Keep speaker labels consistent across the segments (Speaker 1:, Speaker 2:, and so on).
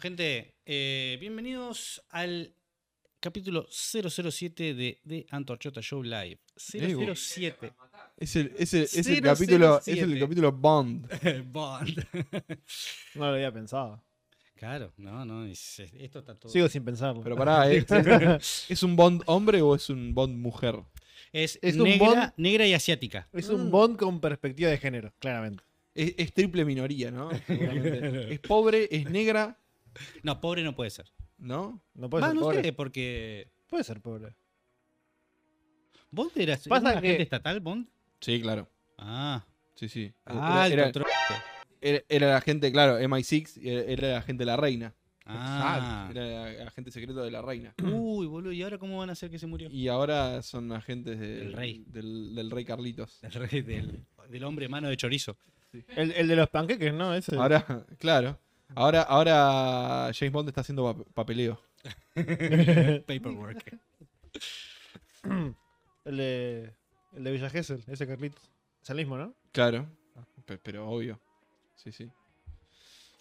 Speaker 1: gente, eh, bienvenidos al capítulo 007 de, de Antorchota Show Live. 007.
Speaker 2: Es el, es el- es el
Speaker 1: 007.
Speaker 2: capítulo, es el capítulo Bond.
Speaker 1: Bond.
Speaker 3: No lo había pensado.
Speaker 1: Claro, no, no, es- es- esto está todo.
Speaker 3: Sigo sin pensarlo.
Speaker 2: Pero pará, ¿es,
Speaker 1: este.
Speaker 2: es, un Bond hombre o es un Bond mujer?
Speaker 1: es
Speaker 3: es un
Speaker 1: negra,
Speaker 3: Bond.
Speaker 1: negra y asiática.
Speaker 3: es un Bond con perspectiva de género, claramente.
Speaker 2: Es, es triple minoría, ¿no? Seguramente. es pobre, es negra,
Speaker 1: No, pobre no puede ser.
Speaker 2: ¿no?
Speaker 3: No puede
Speaker 1: Va,
Speaker 3: ser
Speaker 1: Ah, no
Speaker 3: pobre.
Speaker 1: sé, porque.
Speaker 3: Puede ser pobre.
Speaker 1: ¿Bond era era
Speaker 3: Pasa
Speaker 1: un
Speaker 3: que-
Speaker 1: agente estatal, Bond?
Speaker 2: Sí, claro.
Speaker 1: Ah.
Speaker 2: Sí, sí.
Speaker 1: Ah, el
Speaker 2: era,
Speaker 1: control.
Speaker 2: era- era la gente, claro, MI6, era- era la gente de la reina.
Speaker 1: Ah.
Speaker 2: Era el agente secreto de la reina.
Speaker 1: Uy, boludo, ¿y ahora cómo van a hacer que se murió?
Speaker 2: Y ahora son agentes de-
Speaker 1: Del rey.
Speaker 2: Del, del rey Carlitos.
Speaker 1: El rey del, del hombre mano de chorizo.
Speaker 3: El, el de los panqueques, ¿no? Ese.
Speaker 2: Ahora, claro. Ahora, ahora James Bond está haciendo pap- papeleo.
Speaker 1: Paperwork.
Speaker 3: El de, el de Villa Gesell, ese Carlitos. Es el mismo, ¿no?
Speaker 2: Claro. Pe- Pero obvio. Sí, sí.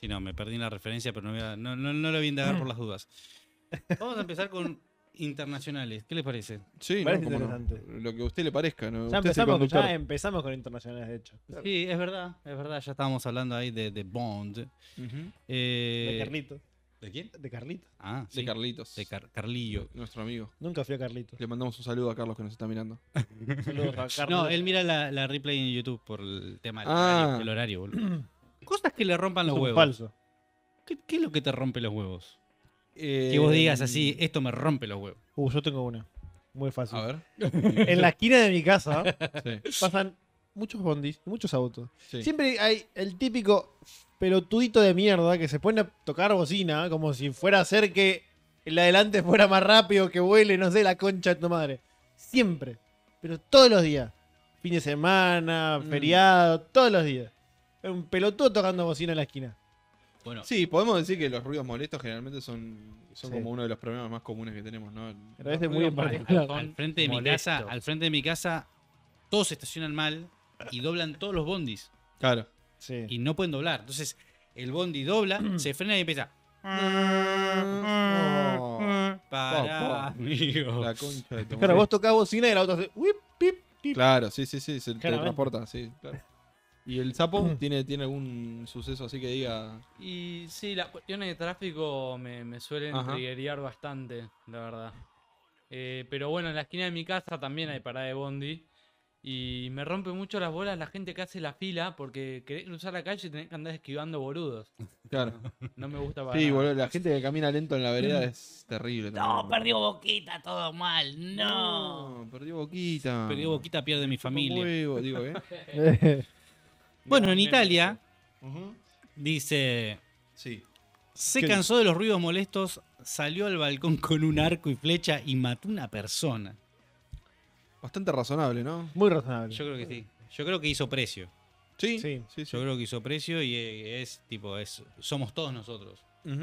Speaker 1: Sí, no, me perdí en la referencia, pero no, voy a- no, no, no lo voy a indagar por las dudas. Vamos a empezar con internacionales. ¿Qué les parece?
Speaker 2: Sí,
Speaker 3: Parece
Speaker 2: no, cómo no.
Speaker 3: interesante.
Speaker 2: Lo que a usted le parezca, ¿no? Usted es
Speaker 3: Ya
Speaker 2: el
Speaker 3: empezamos,
Speaker 2: conductor.
Speaker 3: ya empezamos con internacionales, de hecho.
Speaker 1: Sí, es verdad, es verdad. Ya estábamos hablando ahí de, de Bond.
Speaker 2: Ujú.
Speaker 1: Eh,
Speaker 3: De Carlitos.
Speaker 1: ¿De quién?
Speaker 3: De Carlitos.
Speaker 1: Ah, sí.
Speaker 2: De Carlitos.
Speaker 1: De Car- Carlillo.
Speaker 2: Nuestro amigo.
Speaker 3: Nunca fui a Carlitos.
Speaker 2: Le mandamos un saludo a Carlos que nos está mirando.
Speaker 3: Saludos a Carlos.
Speaker 1: No, él mira la, la replay en YouTube por el tema del
Speaker 2: Ah.
Speaker 1: horario, el horario, boludo. Cosas que le rompan
Speaker 3: es
Speaker 1: los
Speaker 3: un
Speaker 1: huevos.
Speaker 3: falso.
Speaker 1: ¿Qué, qué es lo que te rompe los huevos? Que
Speaker 2: Eh,
Speaker 1: vos digas así, esto me rompe los huevos.
Speaker 3: Uh, yo tengo una. Muy fácil.
Speaker 2: A ver.
Speaker 3: En la esquina de mi casa
Speaker 2: Sí,
Speaker 3: pasan muchos bondis, muchos autos.
Speaker 2: sí.
Speaker 3: Siempre hay el típico pelotudito de mierda que se pone a tocar bocina como si fuera a hacer que el adelante fuera más rápido, que vuele, no sé, la concha de tu madre. Siempre. Pero todos los días. Fin de semana,
Speaker 2: Mm.
Speaker 3: feriado, todos los días. Es un pelotudo tocando bocina en la esquina.
Speaker 1: Bueno,
Speaker 2: Sí, podemos decir que los ruidos molestos generalmente son, son
Speaker 3: Sí.
Speaker 2: como uno de los problemas más comunes que tenemos, ¿no?
Speaker 3: Pero es de muy en particular.
Speaker 1: al frente de mi
Speaker 3: Molesto.
Speaker 1: casa, al frente de mi casa, todos se estacionan mal y doblan todos los bondis
Speaker 2: Claro.
Speaker 3: Sí.
Speaker 1: y no pueden doblar. Entonces, el bondi dobla, se frena y empieza.
Speaker 2: No.
Speaker 1: Pará,
Speaker 2: Papá.
Speaker 1: amigo.
Speaker 2: La concha de tu
Speaker 3: Claro,
Speaker 2: madre.
Speaker 3: vos tocás bocina y el auto hace... "Whip, pip, pip".
Speaker 2: Claro, sí, sí, sí, se
Speaker 3: Claramente. Mm.
Speaker 2: transporta, sí, claro. ¿Y el sapo tiene, tiene algún suceso así que diga?
Speaker 4: Y sí, las cuestiones de tráfico me, me suelen
Speaker 2: Ajá.
Speaker 4: triggerear bastante, la verdad. Eh, pero bueno, en la esquina de mi casa también hay parada de bondi. Y me rompe mucho las bolas la gente que hace la fila porque querés cruzar la calle y tenés que andar esquivando boludos.
Speaker 2: Claro.
Speaker 4: No me gusta para
Speaker 2: Sí,
Speaker 4: nada.
Speaker 2: boludo, la gente que camina lento en la
Speaker 3: Mm.
Speaker 2: vereda es terrible.
Speaker 1: No,
Speaker 2: también.
Speaker 1: perdió boquita, todo mal. No.
Speaker 2: No, perdió boquita.
Speaker 1: Perdió boquita, pierde mi
Speaker 2: Con
Speaker 1: familia.
Speaker 2: huevo, digo, ¿eh?
Speaker 1: Bueno, en
Speaker 4: Mira,
Speaker 1: Italia,
Speaker 2: Ujú.
Speaker 1: dice.
Speaker 2: Sí.
Speaker 1: Se
Speaker 3: ¿Qué
Speaker 1: cansó de los ruidos molestos, salió al balcón con un arco y flecha y mató una persona.
Speaker 2: Bastante razonable, ¿no?
Speaker 3: Muy razonable.
Speaker 1: Yo creo que sí. Yo creo que hizo precio.
Speaker 2: Sí.
Speaker 3: Sí.
Speaker 2: sí, sí.
Speaker 1: Yo creo que hizo precio y eh, es tipo, es somos todos nosotros.
Speaker 2: Ujú.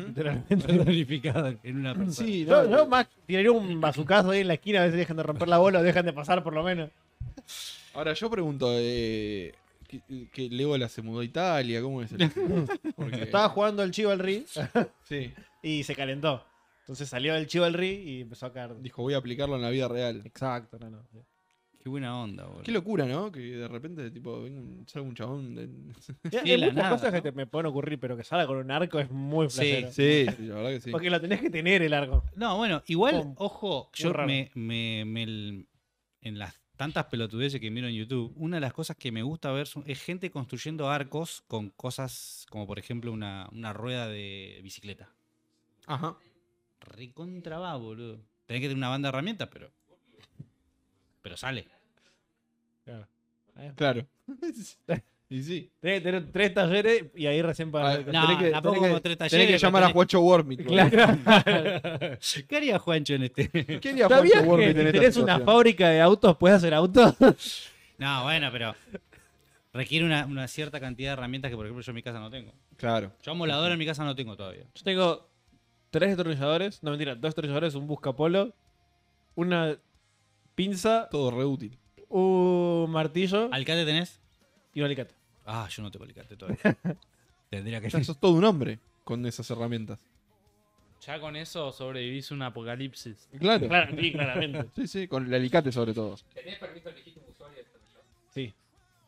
Speaker 3: Literalmente.
Speaker 1: Personificado en una persona.
Speaker 2: Sí,
Speaker 3: Yo,
Speaker 2: no,
Speaker 3: yo más tiraría un bazucazo ahí en la esquina a ver si dejan de romper la bola o dejan de pasar por lo menos.
Speaker 2: Ahora yo pregunto, eh, que, que Legolas se mudó a Italia, ¿cómo es el Porque-
Speaker 3: Estaba jugando el Chivalry
Speaker 2: Sí,
Speaker 3: y se calentó. Entonces salió del Chivalry y empezó a caer.
Speaker 2: dijo, voy a aplicarlo en la vida real.
Speaker 3: Exacto, no, no.
Speaker 1: Qué buena onda, boludo.
Speaker 2: Qué locura, ¿no? Que de repente, tipo, venga un- salga un chabón. de-
Speaker 3: Hay
Speaker 1: de la
Speaker 3: muchas
Speaker 1: nada,
Speaker 3: cosas
Speaker 1: ¿no?
Speaker 3: que te me pueden ocurrir, pero que salga con un arco es muy
Speaker 1: Sí,
Speaker 3: flashero.
Speaker 2: Sí, sí, la verdad que sí.
Speaker 3: Porque lo tenés que tener el arco.
Speaker 1: No, bueno, igual,
Speaker 3: Pum.
Speaker 1: ojo, yo
Speaker 3: raro.
Speaker 1: me, me- me el- en las tantas pelotudeces que miro en YouTube, una de las cosas que me gusta ver son- es gente construyendo arcos con cosas como, por ejemplo, una, una rueda de bicicleta.
Speaker 2: Ajá.
Speaker 1: Recontra va, boludo. Tenés que tener una banda de herramientas, pero. Pero sale.
Speaker 2: Claro. y sí.
Speaker 3: Tenés que tener tres talleres y ahí recién para.
Speaker 2: Ah,
Speaker 1: No,
Speaker 2: tenés que,
Speaker 1: tampoco
Speaker 2: tenés que-
Speaker 1: como tres
Speaker 2: tenés
Speaker 1: talleres,
Speaker 2: que llamar a
Speaker 1: tenés-
Speaker 2: Juancho Wormit. boludo.
Speaker 1: ¿Qué haría Juancho en este?
Speaker 2: ¿Qué haría Juancho
Speaker 3: ¿Sabías que
Speaker 2: Wormit en
Speaker 3: si
Speaker 2: esta
Speaker 3: tenés una
Speaker 2: situación?
Speaker 3: fábrica de autos, puedes hacer autos?
Speaker 1: No, bueno, pero. Requiere una, una cierta cantidad de herramientas que, por ejemplo, yo en mi casa no tengo.
Speaker 2: Claro.
Speaker 1: Yo moladora en mi casa no tengo todavía.
Speaker 3: Yo tengo tres destornilladores, no mentira, dos destornilladores, un buscapolo, una pinza,
Speaker 2: Todo reútil.
Speaker 3: un martillo
Speaker 1: ¿Alcate tenés?
Speaker 3: y un alicate.
Speaker 1: Ah, yo no tengo alicate todavía. Tendría que
Speaker 2: Ya sos todo un hombre con esas herramientas.
Speaker 4: Ya con eso sobrevivís un apocalipsis.
Speaker 2: Claro.
Speaker 3: Claro, sí, claramente.
Speaker 2: Sí, sí, con el alicate sobre todo.
Speaker 4: ¿Tenés permiso de elegir tu usuario?
Speaker 3: Sí.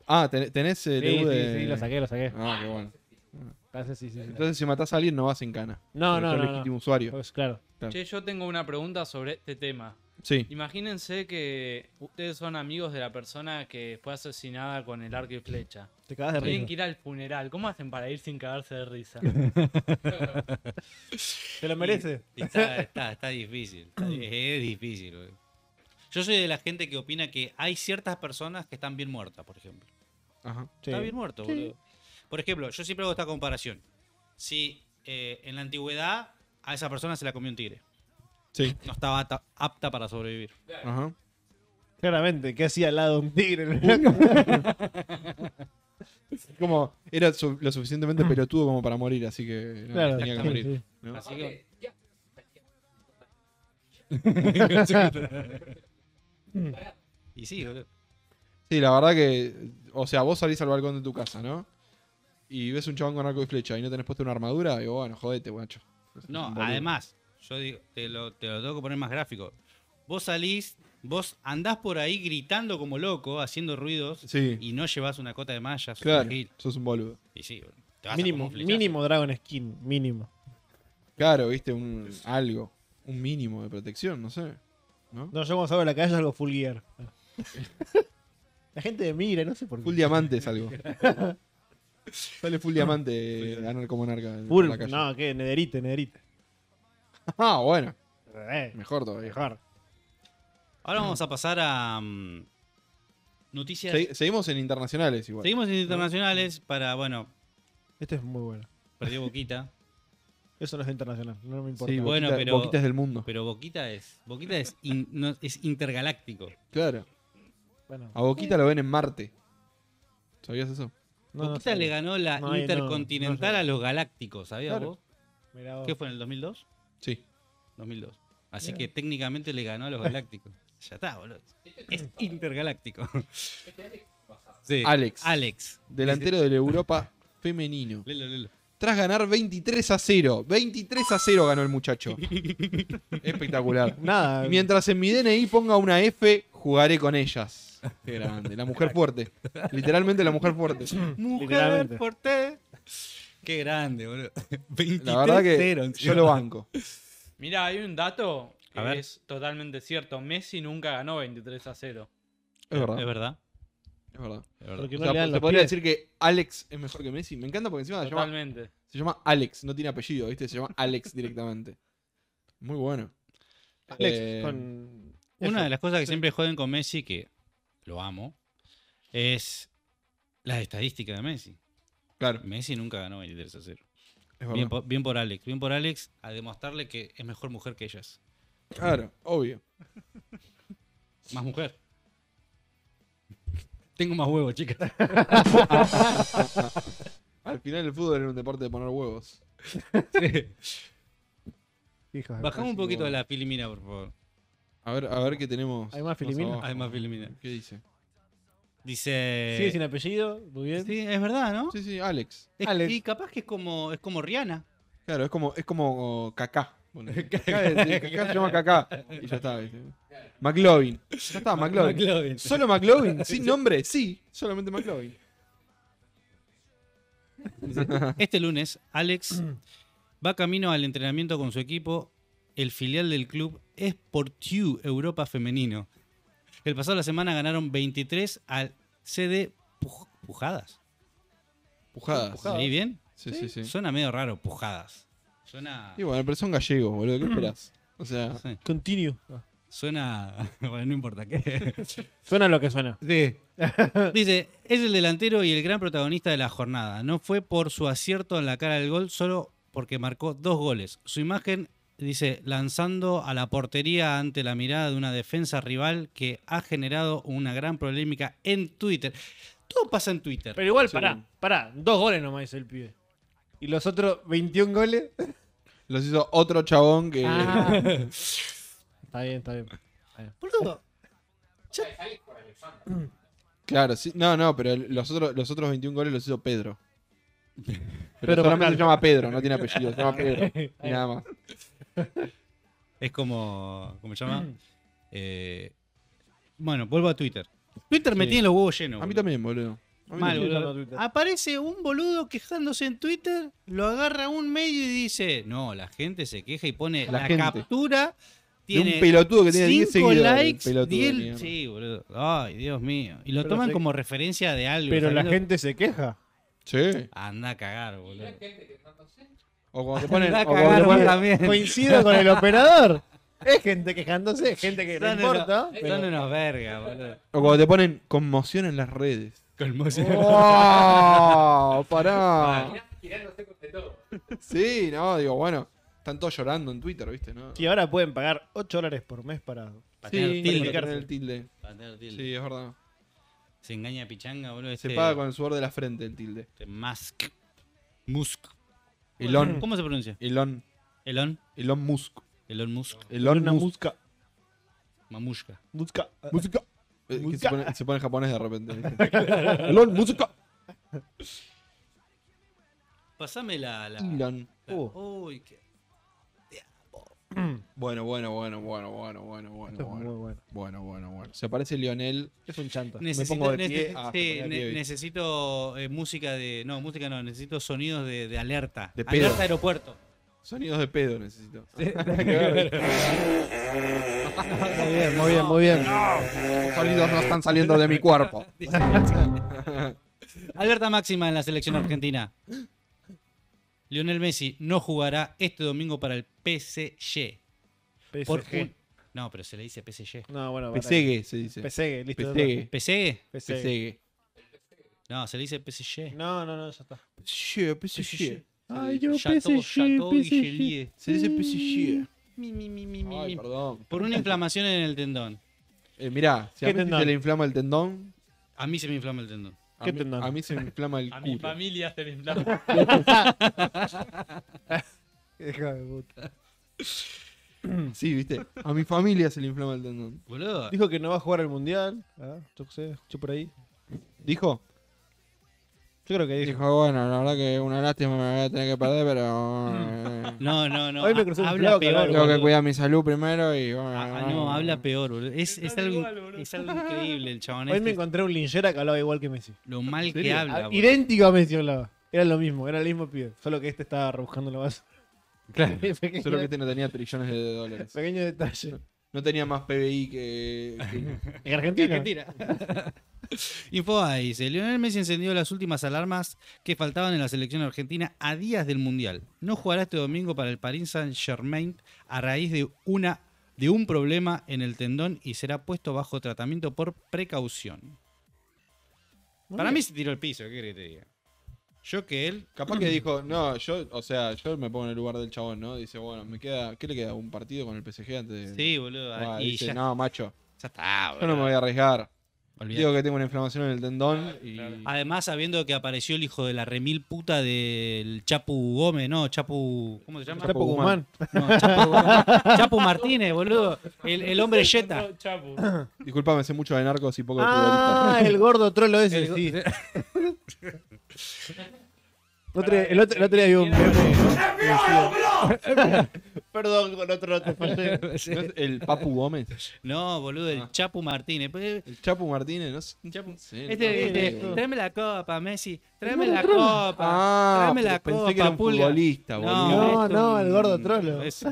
Speaker 2: Ah, ten- tenés el
Speaker 3: Sí,
Speaker 2: EU
Speaker 3: sí,
Speaker 2: de-
Speaker 3: sí, lo saqué, lo saqué.
Speaker 2: Ah, qué bueno.
Speaker 3: Entonces, sí, sí, sí.
Speaker 2: Entonces si matás a alguien no vas en cana.
Speaker 3: No,
Speaker 2: Porque
Speaker 3: no,
Speaker 2: sos
Speaker 3: no, no.
Speaker 2: legítimo usuario.
Speaker 3: Pues claro.
Speaker 4: Che, yo tengo una pregunta sobre este tema.
Speaker 2: Sí.
Speaker 4: Imagínense que ustedes son amigos de la persona que fue asesinada con el arco y flecha.
Speaker 3: Te cagas de
Speaker 4: Tienen
Speaker 3: reír.
Speaker 4: que ir al funeral. ¿Cómo hacen para ir sin cagarse de risa?
Speaker 3: Se lo merece.
Speaker 1: Y está, está- está difícil. está di- es difícil, güey. Yo soy de la gente que opina que hay ciertas personas que están bien muertas, por ejemplo.
Speaker 2: Ajá.
Speaker 1: Está
Speaker 3: Sí.
Speaker 1: bien muerto, boludo. Por ejemplo, yo siempre hago esta comparación. Si eh, en la antigüedad a esa persona se la comió un tigre.
Speaker 2: Sí.
Speaker 1: No estaba apta- apta para sobrevivir.
Speaker 2: Ajá.
Speaker 3: Claramente, ¿qué hacía al lado de un tigre?
Speaker 2: Como era su- lo suficientemente pelotudo como para morir, así que no,
Speaker 3: claro,
Speaker 2: tenía que
Speaker 3: sí,
Speaker 2: morir.
Speaker 3: sí.
Speaker 2: ¿no?
Speaker 4: Así que,
Speaker 1: Y sí, boludo.
Speaker 2: Sí, la verdad que. O sea, vos salís al balcón de tu casa, ¿no? Y ves un chabón con arco y flecha y no tenés puesto una armadura, digo, bueno, jodete, guacho. Sos un
Speaker 1: No,
Speaker 2: boludo.
Speaker 1: además, yo digo, te lo, te lo tengo que poner más gráfico. Vos salís, vos andás por ahí gritando como loco, haciendo ruidos,
Speaker 2: Sí,
Speaker 1: y no llevas una cota de malla, sos un
Speaker 2: claro,
Speaker 1: gil.
Speaker 2: sos un boludo.
Speaker 1: Y sí, boludo, te vas a
Speaker 3: Mínimo,
Speaker 1: comer un flechazo.
Speaker 3: mínimo Dragon Skin, mínimo.
Speaker 2: Claro, viste, un algo, un mínimo de protección, no sé. ¿No?
Speaker 3: No, yo cuando salgo a la calle algo full gear. La gente me mira, no sé por qué.
Speaker 2: Full diamante es algo. Sale full diamante eh, ganar como narca. en
Speaker 3: Full-
Speaker 2: la calle.
Speaker 3: no, que nederite, nederite.
Speaker 2: Ah, bueno,
Speaker 3: Eh,
Speaker 2: mejor todavía.
Speaker 3: mejor.
Speaker 1: Ahora vamos a pasar a mm, noticias.
Speaker 2: Segui- seguimos en internacionales igual.
Speaker 1: Seguimos en internacionales para, bueno,
Speaker 3: Este es muy bueno.
Speaker 1: perdió Boquita,
Speaker 3: Eso no es internacional, no me importa.
Speaker 2: Sí,
Speaker 1: Bueno,
Speaker 2: bueno,
Speaker 1: pero-
Speaker 2: boquitas del mundo.
Speaker 1: pero Boquita es Boquita es, in- no- es intergaláctico.
Speaker 2: Claro.
Speaker 3: Bueno,
Speaker 2: A Boquita lo ven en Marte. ¿Sabías eso?
Speaker 3: no, no
Speaker 1: Boquita
Speaker 3: sé.
Speaker 1: le ganó la
Speaker 3: No, ahí no,
Speaker 1: Intercontinental
Speaker 3: no sé.
Speaker 1: a los Galácticos, ¿sabías
Speaker 2: Claro.
Speaker 1: vos?
Speaker 3: Mirá vos.
Speaker 1: ¿Qué fue en el 2002?
Speaker 2: Sí.
Speaker 1: 2002. Así que técnicamente le ganó a los Galácticos. ya está, boludo. Es intergaláctico. Sí. Ah,
Speaker 2: Alex.
Speaker 1: Alex.
Speaker 2: Delantero de la Europa femenino.
Speaker 1: Lelo, lelo.
Speaker 2: Tras ganar 23 a 0. 23 a 0 ganó el muchacho. Espectacular.
Speaker 3: Nada,
Speaker 2: Mientras en mi DNI ponga una F, jugaré con ellas. Qué grande. La mujer fuerte. Literalmente la mujer fuerte.
Speaker 3: Literalmente.
Speaker 1: Mujer fuerte. Qué grande, boludo. 23
Speaker 2: La verdad
Speaker 1: cero,
Speaker 2: que yo
Speaker 1: encima.
Speaker 2: lo banco.
Speaker 4: mira, hay un dato que
Speaker 1: A ver.
Speaker 4: es totalmente cierto. Messi nunca ganó 23 a 0.
Speaker 2: Es verdad.
Speaker 1: Es verdad.
Speaker 2: Es verdad.
Speaker 1: es verdad.
Speaker 3: porque
Speaker 2: O
Speaker 3: no
Speaker 2: sea,
Speaker 3: le dan
Speaker 2: te
Speaker 3: los
Speaker 2: podría
Speaker 3: pies.
Speaker 2: decir que Alex es mejor que Messi. Me encanta porque
Speaker 1: Ah,
Speaker 2: encima se llama,
Speaker 4: Totalmente.
Speaker 2: se llama Alex, no tiene apellido, ¿viste? Se llama Alex directamente. Muy bueno.
Speaker 3: Alex,
Speaker 2: Eh,
Speaker 3: con-
Speaker 1: Una
Speaker 3: F.
Speaker 1: de las cosas que siempre joden con Messi, que lo amo, es las estadísticas de Messi.
Speaker 2: Claro,
Speaker 1: Messi nunca ganó 23 a 0.
Speaker 2: es
Speaker 1: Bien
Speaker 2: verdad.
Speaker 1: por, bien por Alex. Bien por Alex a demostrarle que es mejor mujer que ellas.
Speaker 2: Claro, obvio.
Speaker 1: Más mujer. Tengo más huevos, chicas.
Speaker 2: Al final el fútbol era un deporte de poner huevos.
Speaker 3: Hijos de-
Speaker 1: Bajamos un
Speaker 2: Así
Speaker 1: poquito
Speaker 2: que
Speaker 1: de la filimina, por favor.
Speaker 2: A ver, a ver qué tenemos.
Speaker 3: ¿Hay más Filipina?
Speaker 2: filiminas?
Speaker 1: Hay más filimina.
Speaker 2: ¿Qué dice?
Speaker 1: Dice.
Speaker 3: Sigue sin apellido, muy bien.
Speaker 1: Sí, es verdad, ¿no?
Speaker 2: Sí, sí, Alex.
Speaker 1: Es-
Speaker 3: Alex.
Speaker 1: Y capaz que es como, es como Rihanna.
Speaker 2: Claro, es como, es como Kaká. ponele. Kaká, es- sí, Kaká se llama Kaká. Y ya está, ¿viste? McLovin. Ya está, McLovin.
Speaker 1: McLovin.
Speaker 2: ¿Solo McLovin? ¿Sin nombre? Sí, solamente McLovin.
Speaker 3: Ah.
Speaker 1: Este lunes, Alex va camino al entrenamiento con su equipo, el filial del club Sportiu Europa Femenino. El pasado de la semana ganaron 23 al CD Puj- Pujadas.
Speaker 2: Pujadas.
Speaker 3: Pujadas.
Speaker 1: ¿Leí bien?
Speaker 2: Sí, sí, sí.
Speaker 1: Suena medio raro, Pujadas. Suena.
Speaker 2: Y bueno, pero son gallegos, boludo. ¿Qué esperás? O sea,
Speaker 1: no sé,
Speaker 3: Continue.
Speaker 1: Suena. Bueno, no importa qué.
Speaker 3: Suena lo que suena.
Speaker 1: Dice, es el delantero y el gran protagonista de la jornada. No fue por su acierto en la cara del gol, solo porque marcó dos goles. Su imagen, dice, lanzando a la portería ante la mirada de una defensa rival que ha generado una gran polémica en Twitter. Todo pasa en Twitter.
Speaker 3: Pero igual,
Speaker 2: Sí.
Speaker 3: pará, pará. Dos goles nomás hizo el pibe. ¿Y los otros 21 goles? Ah.
Speaker 2: los hizo otro chabón que.
Speaker 3: Está bien, está bien.
Speaker 1: Boludo,
Speaker 2: Claro, sí. No, no, pero el- los otros, los otros 21 goles los hizo Pedro. Pero
Speaker 3: Pedro
Speaker 2: solamente
Speaker 3: Pascal.
Speaker 2: se llama Pedro, no tiene apellido, se llama Pedro.
Speaker 3: Ahí
Speaker 2: Y nada más.
Speaker 1: Es como. ¿Cómo se
Speaker 2: Mm.
Speaker 1: llama? Eh, bueno, vuelvo a Twitter. Twitter me
Speaker 2: Sí.
Speaker 1: tiene los huevos llenos.
Speaker 2: A mí
Speaker 1: boludo.
Speaker 2: también, boludo. A mí
Speaker 1: Mal, boludo.
Speaker 2: también.
Speaker 3: Twitter, no, Twitter.
Speaker 1: Aparece un boludo quejándose en Twitter, lo agarra un medio y dice, no, la gente se queja y pone
Speaker 2: La
Speaker 1: la,
Speaker 2: gente.
Speaker 1: captura.
Speaker 2: De
Speaker 1: Tiene
Speaker 2: un pelotudo que tiene 10
Speaker 1: cinco
Speaker 2: seguidores.
Speaker 1: likes,
Speaker 2: pelotudo de
Speaker 1: 10
Speaker 2: mierda.
Speaker 1: Sí, boludo. Ay, Dios mío. Y lo
Speaker 3: Pero
Speaker 1: toman
Speaker 3: se-
Speaker 1: como referencia de algo.
Speaker 3: Pero la
Speaker 1: sabiendo-
Speaker 3: gente se queja.
Speaker 2: Sí.
Speaker 1: Anda a cagar, boludo.
Speaker 2: O cuando te ponen.
Speaker 1: Anda a
Speaker 2: o cuando te
Speaker 1: cagar vos
Speaker 2: ponen-
Speaker 1: también.
Speaker 3: Coincido con el operador. Es gente quejándose, gente que no
Speaker 1: Son
Speaker 3: importa.
Speaker 1: unos-
Speaker 3: pero-
Speaker 1: Son unos verga, boludo.
Speaker 2: o cuando te ponen conmoción en las redes.
Speaker 1: Conmocionante.
Speaker 2: ¡Oh! ¡Pará! Sí, no, digo, bueno. Están todos llorando en Twitter, ¿viste? ¿No?
Speaker 3: Si ahora pueden pagar 8 dólares por mes para.
Speaker 1: Para
Speaker 2: Sí,
Speaker 1: tener
Speaker 2: para
Speaker 1: tilde.
Speaker 2: tener el tilde.
Speaker 1: Para tener tilde.
Speaker 2: Sí, es verdad.
Speaker 1: Se engaña a pichanga, boludo.
Speaker 2: Se
Speaker 1: este-
Speaker 2: paga con el sudor de la frente el tilde.
Speaker 1: este Musk. Musk.
Speaker 2: Elon.
Speaker 1: ¿Cómo se pronuncia?
Speaker 2: Elon.
Speaker 1: Elon.
Speaker 2: Elon Musk.
Speaker 1: Elon Musk.
Speaker 2: Elon
Speaker 3: Una
Speaker 2: Musk.
Speaker 3: música.
Speaker 1: Mamushka.
Speaker 3: Música.
Speaker 2: Música. Eh, que se
Speaker 3: Música.
Speaker 2: pone, se pone japonés de repente. ¿viste? Elon Música.
Speaker 1: Pasame la. la,
Speaker 2: Elon.
Speaker 1: la-
Speaker 3: Uh.
Speaker 1: Uy, qué-
Speaker 2: Bueno, bueno, bueno, bueno, bueno, bueno, bueno, bueno.
Speaker 3: Muy bueno.
Speaker 2: Bueno, bueno, bueno. Se aparece Lionel.
Speaker 3: Es un chanta.
Speaker 1: Necesito,
Speaker 2: pongo de
Speaker 1: nece-
Speaker 2: pie. Ah,
Speaker 1: sí,
Speaker 2: se
Speaker 1: ne-
Speaker 2: ponía pie, ¿viste?
Speaker 1: necesito eh, música de. No, música no, necesito sonidos de, de alerta.
Speaker 2: De pedo.
Speaker 1: alerta aeropuerto.
Speaker 2: Sonidos de pedo necesito.
Speaker 3: Muy bien, muy bien, muy bien.
Speaker 2: Sonidos no están saliendo de mi cuerpo.
Speaker 1: Alerta máxima en la selección argentina. Lionel Messi no jugará este domingo para el PSG. Por
Speaker 3: PSG.
Speaker 1: un- No, pero se le dice PSG.
Speaker 3: No, bueno, para-
Speaker 2: Pesegue se dice.
Speaker 3: PSG, listo.
Speaker 2: Pesegue.
Speaker 1: ¿PSG?
Speaker 3: PSG.
Speaker 2: Pesegue.
Speaker 1: No, se le dice PSG.
Speaker 3: No, no, no, ya está.
Speaker 2: Pesegue, pesegue.
Speaker 3: Ay,
Speaker 1: yo Chateau, PSG, Chateau, PSG. Guillier.
Speaker 2: Se dice pesegue.
Speaker 1: Mi, mi, mi, mi, mi,
Speaker 2: Ay,
Speaker 1: mi.
Speaker 2: perdón.
Speaker 1: Por una inflamación en el tendón.
Speaker 2: Eh, mirá, si a
Speaker 3: ¿Qué
Speaker 2: Messi
Speaker 3: tendón?
Speaker 2: se le inflama el tendón,
Speaker 1: A mí se me inflama el tendón.
Speaker 2: a,
Speaker 3: ¿Qué
Speaker 2: mí,
Speaker 3: tendón?
Speaker 2: a mí se me inflama el
Speaker 4: A mi
Speaker 2: culo.
Speaker 4: familia se le inflama.
Speaker 2: Sí, viste. A mi familia se le inflama el tendón.
Speaker 1: Boludo.
Speaker 3: Dijo que no va a jugar al mundial. Ah, yo qué sé, escuché por ahí.
Speaker 2: ¿Dijo?
Speaker 3: Yo creo que dijo.
Speaker 2: Dijo, bueno, la verdad que una lástima me voy a tener que perder, pero... eh,
Speaker 1: No, no, no.
Speaker 3: Hoy me
Speaker 1: ha-
Speaker 3: crucé un
Speaker 1: habla
Speaker 3: flaco,
Speaker 1: peor.
Speaker 3: boludo.
Speaker 2: Tengo que
Speaker 1: boludo.
Speaker 2: cuidar mi salud primero y bueno...
Speaker 1: Ah, ah, no, habla peor, boludo. Es,
Speaker 4: Me
Speaker 1: es
Speaker 4: sale
Speaker 1: algo,
Speaker 4: igual, boludo.
Speaker 1: es algo increíble el chabón.
Speaker 3: Hoy
Speaker 1: este,
Speaker 3: me encontré un linchera que hablaba igual que Messi.
Speaker 1: lo mal que
Speaker 2: serio?
Speaker 1: habla.
Speaker 3: Ah,
Speaker 1: boludo.
Speaker 3: idéntico a Messi hablaba. Era lo mismo, era el mismo pibe. Solo que este estaba rebuscando la base.
Speaker 2: Claro.
Speaker 3: pequeño,
Speaker 2: Solo que este no tenía trillones de dólares.
Speaker 3: pequeño detalle.
Speaker 2: No tenía más PBI que... que-
Speaker 3: En Argentina.
Speaker 1: Infobae dice, Lionel Messi encendió las últimas alarmas que faltaban en la selección argentina a días del Mundial. No jugará este domingo para el Paris Saint-Germain a raíz de, una, de un problema en el tendón y será puesto bajo tratamiento por precaución.
Speaker 3: Muy
Speaker 1: para
Speaker 3: bien.
Speaker 1: mí se tiró el piso, ¿qué querés que te diga? Yo que él...
Speaker 2: Capaz que dijo, no, yo, o sea, yo me pongo en el lugar del chabón, ¿no? Dice, bueno, me queda, ¿qué le queda? ¿Un partido con el PSG antes? de-
Speaker 1: Sí, boludo.
Speaker 2: Ah,
Speaker 1: y
Speaker 2: dice,
Speaker 1: ya,
Speaker 2: no, macho,
Speaker 1: ya está,
Speaker 2: yo no
Speaker 1: boludo.
Speaker 2: me voy a arriesgar.
Speaker 1: Olvidate.
Speaker 2: Digo que tengo una inflamación en el tendón y... Ah.
Speaker 1: Además, sabiendo que apareció el hijo de la remil puta del Chapu Gómez, ¿no? Chapu. ¿Cómo se llama?
Speaker 3: Chapo Guzmán.
Speaker 1: No, Chapu, Chapu Martínez, boludo. El, el hombre Jetta.
Speaker 4: No, Chapu.
Speaker 2: Disculpame, sé mucho de narcos y poco de
Speaker 3: Ah,
Speaker 2: futbolistas.
Speaker 3: el gordo trolo ese,
Speaker 1: El go-
Speaker 3: sí. El otro, el otro- el otro día vi un Perdón, con otro te fallé.
Speaker 2: ¿No es el Papu Gómez?
Speaker 1: No, boludo,
Speaker 2: Ah.
Speaker 1: el Chapu Martínez. Pues,
Speaker 2: El Chapu Martínez, no sé. no sé, no sé,
Speaker 1: Este, este,
Speaker 2: boludo.
Speaker 1: tráeme la copa, Messi. Tráeme la copa.
Speaker 2: Ah,
Speaker 1: tráeme la
Speaker 2: pensé
Speaker 1: copa,
Speaker 2: que era un
Speaker 1: pulga.
Speaker 2: futbolista, boludo.
Speaker 3: No,
Speaker 1: es
Speaker 3: no,
Speaker 1: un-
Speaker 3: el gordo trolo.
Speaker 1: es-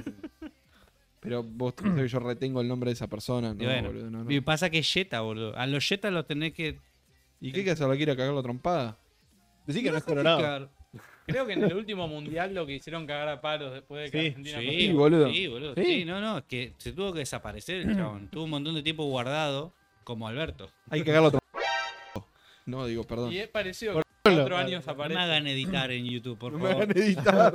Speaker 2: Pero vos pensás que yo retengo el nombre de esa persona, no,
Speaker 1: y bueno,
Speaker 2: boludo, no, Ah. no.
Speaker 1: y pasa que es Jetta, boludo. A los Jetta los tenés que.
Speaker 2: ¿Y qué que hacer? ¿La quiere cagar la trompada?
Speaker 3: Decí que no es colorado.
Speaker 1: picar.
Speaker 4: Creo que en el último mundial lo que hicieron cagar a palos después de que
Speaker 3: Sí,
Speaker 4: Argentina
Speaker 1: Sí,
Speaker 4: perdió.
Speaker 2: boludo.
Speaker 1: Sí, boludo.
Speaker 3: Sí.
Speaker 1: Sí, no, no, es que se tuvo que desaparecer el chabón. Tuvo un montón de tiempo guardado, como Alberto.
Speaker 2: Hay que cagar la trompada. No, digo, perdón.
Speaker 4: Y es parecido que cuatro años
Speaker 1: No me
Speaker 4: aparece.
Speaker 1: hagan editar en YouTube, por
Speaker 2: No me
Speaker 1: favor.
Speaker 2: hagan editar.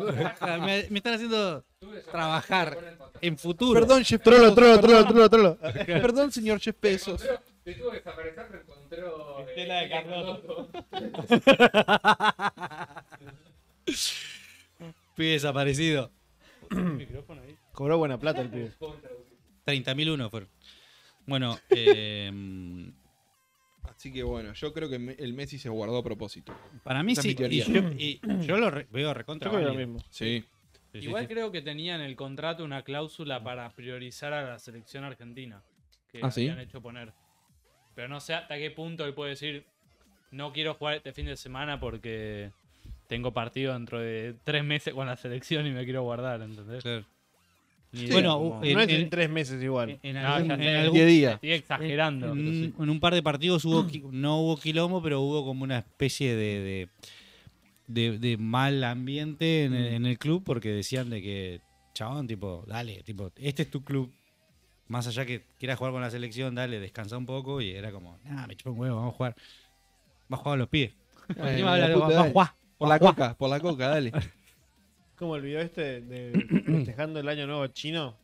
Speaker 1: me, me están haciendo trabajar en futuro.
Speaker 2: Perdón, Jeff
Speaker 3: Trolo,
Speaker 2: Bezos.
Speaker 3: trolo, trolo, trolo, trolo.
Speaker 2: Perdón, señor Jeff Bezos.
Speaker 4: Estela de Carlotto.
Speaker 1: Fui desaparecido.
Speaker 4: micrófono ahí.
Speaker 3: Cobró buena plata el pibe.
Speaker 1: 30.001 fueron. Bueno, eh,
Speaker 2: Así que bueno, yo creo que me- el Messi se guardó a propósito.
Speaker 1: para mí
Speaker 2: Esa es mi
Speaker 1: sí. Y
Speaker 2: teoría.
Speaker 1: yo, y yo lo re- veo recontra.
Speaker 3: Yo creo que lo
Speaker 1: válido.
Speaker 3: mismo.
Speaker 2: Sí.
Speaker 1: Sí, sí,
Speaker 4: Igual
Speaker 1: sí.
Speaker 4: creo que tenía en el contrato una cláusula para priorizar a la selección argentina. Que
Speaker 2: Ah, ¿sí?
Speaker 4: habían hecho poner. Pero no sé hasta qué punto él puede decir, no quiero jugar este fin de semana porque tengo partido dentro de tres meses con la selección y me quiero guardar, ¿entendés?
Speaker 1: Claro.
Speaker 4: Ni idea,
Speaker 1: Bueno,
Speaker 4: como-
Speaker 1: eh,
Speaker 3: No es
Speaker 1: en-
Speaker 3: en tres meses igual.
Speaker 1: En
Speaker 4: No,
Speaker 1: algún-
Speaker 4: ya sé.
Speaker 1: en algún-
Speaker 2: 10 días.
Speaker 4: estoy exagerando.
Speaker 1: En,
Speaker 4: pero sí.
Speaker 1: un- en un par de partidos hubo qui- no hubo quilombo, pero hubo como una especie de, de, de- de mal ambiente en el, en el club porque decían de que, chabón, tipo, dale, tipo, este es tu club. Más allá que quieras jugar con la selección, dale, descansa un poco. Y era como, nah, me chupa un huevo, vamos a jugar. Va a jugar a los pies.
Speaker 2: Ay,
Speaker 1: Encima
Speaker 2: Eh, la
Speaker 1: habla de-
Speaker 2: puta,
Speaker 1: va- va a
Speaker 2: dale.
Speaker 1: jugar.
Speaker 2: Por la coca, por la coca, dale.
Speaker 3: Como el video este de festejando el año nuevo chino.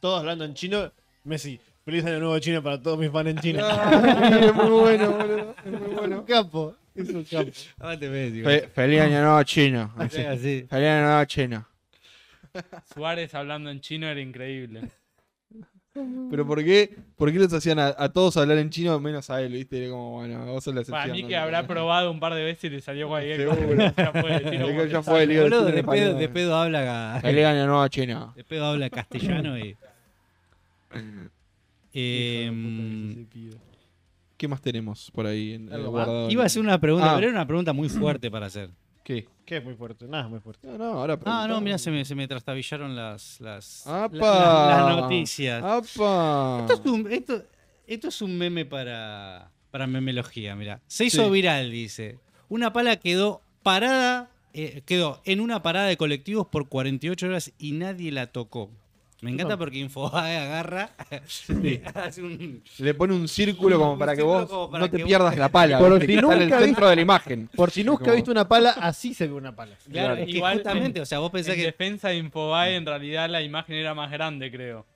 Speaker 3: Todos hablando en chino. Messi, feliz año nuevo chino para todos mis fans en China.
Speaker 1: Ah,
Speaker 2: es muy bueno, boludo. Es muy
Speaker 3: Es
Speaker 2: bueno.
Speaker 3: un capo. Es un capo.
Speaker 1: Aguante, Messi, güey.
Speaker 2: feliz año nuevo chino.
Speaker 1: Sí, así.
Speaker 2: Feliz año nuevo chino.
Speaker 1: Mm.
Speaker 4: Suárez hablando en chino era increíble.
Speaker 2: Pero ¿por qué, por qué los hacían a, a todos hablar en chino menos a él? ¿Viste? Era como, bueno, vos sos la excepción.
Speaker 4: Para mí
Speaker 2: ¿no?
Speaker 4: que habrá probado un par de veces y le salió cualquier cosa.
Speaker 2: Seguro.
Speaker 4: Ya fue, tiro
Speaker 2: Ya
Speaker 4: como que
Speaker 2: fue,
Speaker 4: sale.
Speaker 2: Liga.
Speaker 1: Boludo, de
Speaker 2: Tiene
Speaker 1: pedo,
Speaker 2: pañuelo.
Speaker 1: de pedo habla
Speaker 2: Feliz año nuevo chino.
Speaker 1: de pedo habla castellano y. Em,
Speaker 2: ¿Qué más tenemos por ahí en, en el
Speaker 3: ¿Algo más?
Speaker 2: guardado?
Speaker 1: Iba a hacer una pregunta,
Speaker 2: Ah.
Speaker 1: pero era una pregunta muy fuerte para hacer.
Speaker 2: ¿Qué?
Speaker 3: Que es muy fuerte. Nada, es muy fuerte.
Speaker 2: No, no, ahora
Speaker 1: Ah, no,
Speaker 2: preguntamos.
Speaker 1: mira, se me, se me trastabillaron las, las,
Speaker 2: ¡Apa!
Speaker 1: la- la- las noticias.
Speaker 2: ¡Apa!
Speaker 1: Esto, es un, esto, esto es un meme para, para memelogía, mira. Se hizo
Speaker 2: Sí.
Speaker 1: viral, dice. Una pala quedó parada, eh, quedó en una parada de colectivos por 48 horas y nadie la tocó. Me encanta porque Infobae agarra, hace un,
Speaker 2: Le pone un círculo como
Speaker 1: Un
Speaker 2: para que
Speaker 1: círculo
Speaker 2: vos
Speaker 1: como para
Speaker 2: no te
Speaker 1: que vos-
Speaker 2: pierdas la pala.
Speaker 3: Por
Speaker 2: ¿viste?
Speaker 3: si
Speaker 2: Que está en el
Speaker 3: nunca
Speaker 2: centro de la imagen.
Speaker 3: Por si nunca
Speaker 2: Como-
Speaker 3: he visto una pala, así se ve una pala.
Speaker 1: Claro,
Speaker 2: Claro.
Speaker 1: es que
Speaker 4: Igual-
Speaker 1: justamente, o sea, vos pensás
Speaker 4: en
Speaker 1: que.
Speaker 4: defensa de Infobae,
Speaker 5: Mm.
Speaker 4: en realidad la imagen era más grande, creo.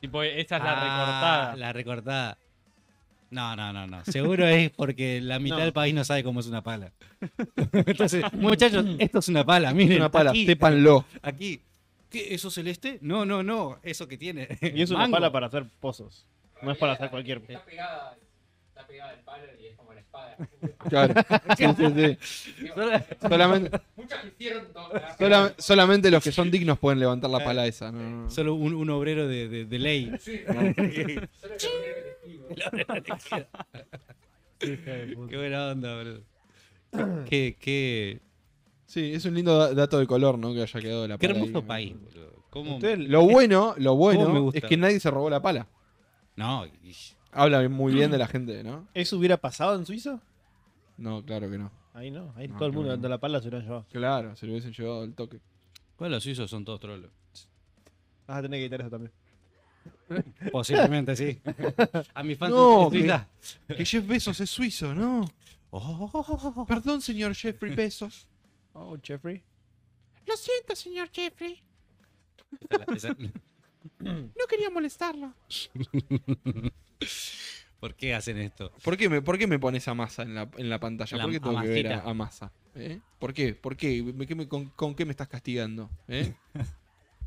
Speaker 4: Tipo, esa es la
Speaker 1: Ah,
Speaker 4: recortada.
Speaker 1: La recortada. No, no, no, no. Seguro es porque la mitad
Speaker 3: No.
Speaker 1: del país no sabe cómo es una pala. Entonces, muchachos, esto es una pala, miren.
Speaker 2: Una pala,
Speaker 1: Aquí,
Speaker 2: sépanlo.
Speaker 1: aquí. ¿Qué? ¿Eso celeste? No, no, no. Eso que tiene.
Speaker 3: Y es una
Speaker 1: Mango.
Speaker 3: pala para hacer pozos. No es para hacer cualquier.
Speaker 6: Está pegada, está pegada al palo y es como la espada.
Speaker 2: Claro. Sí, sí, sí.
Speaker 1: Sola-
Speaker 2: Solamente,
Speaker 6: Muchos que hicieron todo. ¿verdad?
Speaker 2: sola- solamente los que son dignos pueden levantar la pala esa. no, no, no.
Speaker 1: Solo un, un obrero de, de- de ley.
Speaker 6: Sí, solo que primero que te digo.
Speaker 1: Qué buena onda, bro. Qué, qué,
Speaker 2: Sí, es un lindo da- dato de color, ¿no? Que haya quedado la
Speaker 1: qué
Speaker 2: pala.
Speaker 1: hermoso
Speaker 2: ahí.
Speaker 1: país, boludo. ¿Cómo?
Speaker 3: Ustedes-
Speaker 2: Lo bueno, lo
Speaker 1: me
Speaker 2: bueno
Speaker 1: gusta.
Speaker 2: es que nadie se robó la pala.
Speaker 1: No, y-
Speaker 2: Habla muy bien de la gente, ¿no?
Speaker 3: ¿Eso hubiera pasado en Suiza?
Speaker 2: No, claro que no.
Speaker 3: Ahí no. Ahí
Speaker 2: No,
Speaker 3: todo el mundo
Speaker 2: claro.
Speaker 3: dando la pala se lo han llevado.
Speaker 2: Claro, se lo hubiesen llevado al toque.
Speaker 1: Bueno, los suizos son todos trolos.
Speaker 3: Vas a tener que quitar eso también.
Speaker 1: Posiblemente, sí. A mis fans
Speaker 2: No,
Speaker 1: de Suiza.
Speaker 2: Que Jeff Bezos es suizo, ¿no?
Speaker 1: Oh.
Speaker 2: Perdón, señor Jeffrey Bezos.
Speaker 3: Oh, Jeffrey.
Speaker 2: Lo siento, señor Jeffrey. No quería molestarlo.
Speaker 1: ¿Por qué hacen esto?
Speaker 2: ¿Por qué me, por qué me pones a masa en la, en la pantalla?
Speaker 1: La
Speaker 2: ¿Por qué tengo que ver a,
Speaker 1: amasita.
Speaker 2: a masa? ¿Eh? ¿Por qué? ¿Por qué? ¿Me- qué me- con, con qué me estás castigando? ¿Eh?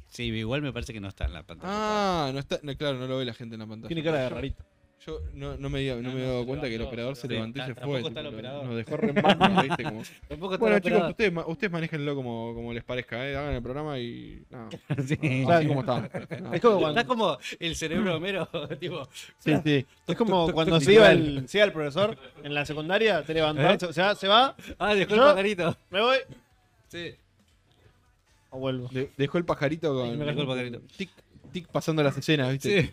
Speaker 1: Sí, igual me parece que no está en la pantalla.
Speaker 2: Ah, no está, no, claro, no lo ve la gente en la pantalla.
Speaker 3: Tiene cara de rarito.
Speaker 2: Yo no, no me, había- no
Speaker 4: No,
Speaker 2: me
Speaker 4: no,
Speaker 2: había dado
Speaker 4: se
Speaker 2: cuenta que el
Speaker 4: levantó,
Speaker 2: operador
Speaker 4: se
Speaker 2: se
Speaker 1: levantó.
Speaker 2: levantó y se
Speaker 1: Sí, ta- tampoco
Speaker 2: fue.
Speaker 1: está
Speaker 2: tipo,
Speaker 1: el
Speaker 2: lo-
Speaker 1: operador.
Speaker 2: Nos dejó re en banda, ¿viste? Como-
Speaker 1: Tampoco está
Speaker 2: Bueno,
Speaker 1: la
Speaker 2: chicos,
Speaker 1: operadora.
Speaker 2: ustedes, ma- ustedes manéjenlo como, como les parezca, ¿eh? hagan el programa y. No,
Speaker 1: Sí.
Speaker 2: así como Ah, está. No.
Speaker 3: Es como
Speaker 1: Está
Speaker 3: cuando,
Speaker 1: como el cerebro
Speaker 2: Mm.
Speaker 1: de Homero, tipo,
Speaker 2: Sí, sí.
Speaker 3: es como cuando se iba el, se iba el profesor en la secundaria, te levantás, se, va, se va,
Speaker 1: ah, dejó el
Speaker 3: Yo-
Speaker 1: pajarito.
Speaker 3: me voy
Speaker 1: Sí.
Speaker 3: o vuelvo.
Speaker 2: De- dejó el pajarito con.
Speaker 1: Me dejó el pajarito.
Speaker 2: Tic, tic pasando las escenas, ¿viste?
Speaker 1: Sí.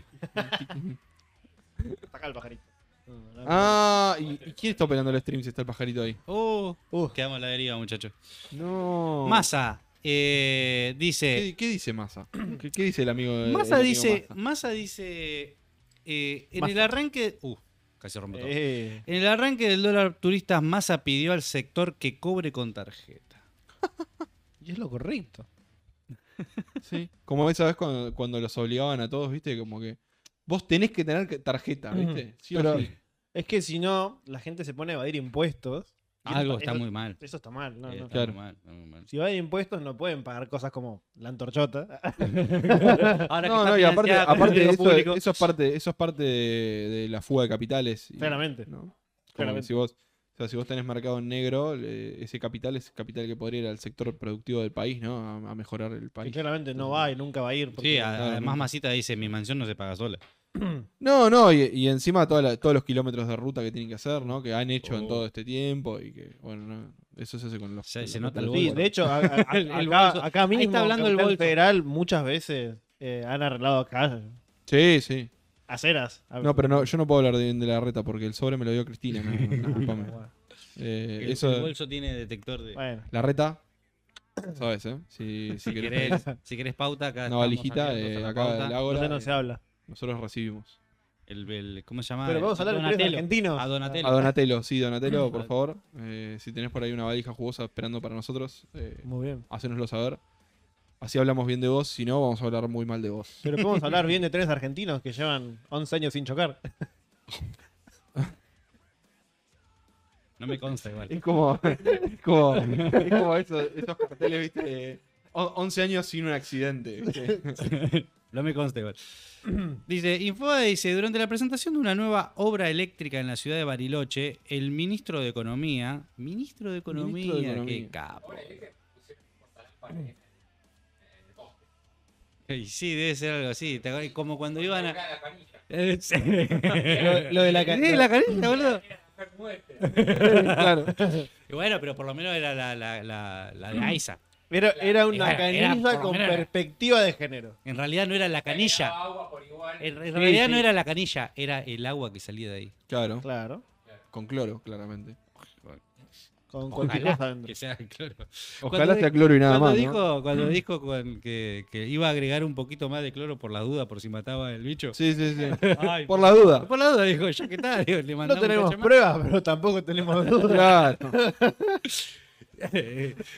Speaker 3: Saca el pajarito. Mm,
Speaker 2: Ah, ¿y, y quién está operando el stream si está el pajarito ahí?
Speaker 1: Oh,
Speaker 3: Uh.
Speaker 1: quedamos a la deriva, muchachos.
Speaker 2: No.
Speaker 1: Masa eh, dice.
Speaker 2: Uh. ¿Qué, qué dice Massa? ¿Qué, qué dice el amigo de
Speaker 1: Masa dice. Masa dice. eh, en
Speaker 3: Massa.
Speaker 1: el arranque. Uh, casi rompo todo.
Speaker 3: Eh,
Speaker 1: En el arranque del dólar turistas, Massa pidió al sector que cobre con tarjeta.
Speaker 3: y es lo correcto.
Speaker 2: Sí. Como esa vez cuando, cuando los obligaban a todos, ¿viste? Como que. Vos tenés que tener que- tarjeta, ¿viste? Sí o
Speaker 3: Pero-
Speaker 2: sí.
Speaker 3: Es que si no, la gente se pone a evadir impuestos. Y eso
Speaker 1: Algo está
Speaker 3: eso-
Speaker 1: muy mal.
Speaker 3: Eso está mal, no,
Speaker 1: Eh,
Speaker 3: no.
Speaker 1: está
Speaker 2: Claro.
Speaker 1: muy mal, está muy mal.
Speaker 3: Si evaden impuestos no pueden pagar cosas como la antorchota.
Speaker 1: Ahora que
Speaker 2: No,
Speaker 1: está
Speaker 2: no, y aparte,
Speaker 1: financiada con
Speaker 2: aparte
Speaker 1: dinero
Speaker 2: eso,
Speaker 1: público.
Speaker 2: eso es parte, eso es parte de, de la fuga de capitales. y-
Speaker 3: Claramente.
Speaker 2: ¿no? Como que
Speaker 3: Claramente.
Speaker 2: si vos O sea, si vos tenés marcado en negro, le- ese capital es capital que podría ir al sector productivo del país, ¿no? A, a mejorar el
Speaker 3: Que
Speaker 2: país.
Speaker 3: claramente no va y nunca va a ir. porque-
Speaker 1: Sí, a-
Speaker 2: no,
Speaker 1: además
Speaker 2: no.
Speaker 1: Masita dice, mi mansión no se paga sola.
Speaker 2: No, no, y, y encima toda la- todos los kilómetros de ruta que tienen que hacer, ¿no? Que han hecho en
Speaker 1: Oh.
Speaker 2: todo este tiempo y que, bueno, no, eso se hace con los.
Speaker 1: Se-
Speaker 2: con
Speaker 1: se
Speaker 2: los
Speaker 1: nota el
Speaker 2: otros
Speaker 3: Sí,
Speaker 1: bolso.
Speaker 2: lugares.
Speaker 3: de hecho, a- a- a-
Speaker 1: El- el
Speaker 3: acá,
Speaker 1: bolso.
Speaker 3: acá mismo,
Speaker 1: está hablando el
Speaker 3: Capital
Speaker 1: bolso.
Speaker 3: Federal muchas veces eh, han arreglado calles,
Speaker 2: Sí, sí.
Speaker 3: aceras. A-
Speaker 2: No, pero no, yo no puedo hablar bien de la reta porque el sobre me lo dio Cristina. no, no, no, discúlpame. Eh,
Speaker 1: El,
Speaker 2: eso,
Speaker 1: el bolso tiene detector de...
Speaker 3: Bueno,
Speaker 2: la reta, sabes, ¿eh? Si, si
Speaker 1: Si
Speaker 2: querés
Speaker 1: querés, si querés pauta, acá
Speaker 2: una
Speaker 1: estamos
Speaker 2: valijita,
Speaker 1: abiertos a
Speaker 2: eh,
Speaker 1: la
Speaker 2: acá
Speaker 1: pauta.
Speaker 2: la
Speaker 3: no
Speaker 2: hora, eh,
Speaker 3: sé, no se habla.
Speaker 2: nosotros recibimos.
Speaker 1: El, el- ¿Cómo se llama?
Speaker 3: Pero vamos a hablar de tres
Speaker 1: Ah, Donatello.
Speaker 3: argentinos.
Speaker 1: A Donatello.
Speaker 2: A Ah, Donatello, sí, Donatello, por
Speaker 1: Ah.
Speaker 2: favor. eh, si tenés por ahí una valija jugosa esperando para nosotros, eh,
Speaker 3: Muy bien.
Speaker 2: hacénoslo saber. Así hablamos bien de vos, si no, vamos a hablar muy mal de vos.
Speaker 3: Pero podemos hablar bien de tres argentinos que llevan 11 años sin chocar.
Speaker 1: No me consta igual.
Speaker 2: Es como, es como, es como eso- esos carteles, viste, O- 11 años sin un accidente. ¿viste?
Speaker 1: No me consta igual. Dice, Infoa dice, durante la presentación de una nueva obra eléctrica en la ciudad de Bariloche, el ministro de Economía, ministro de Economía,
Speaker 2: Ministro de
Speaker 1: qué
Speaker 2: Economía.
Speaker 1: capo.
Speaker 6: Ahora es que pusieron portadas para en en el poste.
Speaker 1: Y sí, debe ser algo así, ¿te acordás? como cuando iban a...
Speaker 6: Acá la canilla.
Speaker 1: lo,
Speaker 3: lo de la ca-
Speaker 1: la canilla, boludo.
Speaker 6: Era mujer muerte.
Speaker 2: claro.
Speaker 1: Y bueno, pero por lo menos era la, la, la, la de Aiza.
Speaker 3: Era, era una
Speaker 1: Era- era
Speaker 3: canilla
Speaker 1: por lo
Speaker 3: con
Speaker 1: menos era-
Speaker 3: perspectiva de género.
Speaker 1: En realidad no era la
Speaker 6: Le
Speaker 1: canilla.
Speaker 6: daba agua por igual.
Speaker 1: En, en
Speaker 3: Sí,
Speaker 1: realidad
Speaker 3: sí.
Speaker 1: no era la canilla, era el agua que salía de ahí.
Speaker 2: Claro,
Speaker 3: Claro.
Speaker 2: con cloro, claramente.
Speaker 3: Con cualquier
Speaker 1: Ojalá
Speaker 3: cosa adentro.
Speaker 1: que sea claro.
Speaker 2: Ojalá
Speaker 1: di-
Speaker 2: sea cloro y nada
Speaker 1: cuando
Speaker 2: más.
Speaker 1: dijo,
Speaker 2: ¿no?
Speaker 3: Mm.
Speaker 1: cuando dijo con- que, que iba a agregar un poquito más de cloro por la duda, por si mataba el bicho.
Speaker 2: Sí, sí, sí.
Speaker 1: Ay,
Speaker 2: Por la duda.
Speaker 1: por la duda, dijo, ya que está, digo, le
Speaker 3: No
Speaker 1: mandamos un
Speaker 3: tenemos
Speaker 1: cacho más.
Speaker 3: pruebas, pero tampoco tenemos dudas.
Speaker 2: Claro.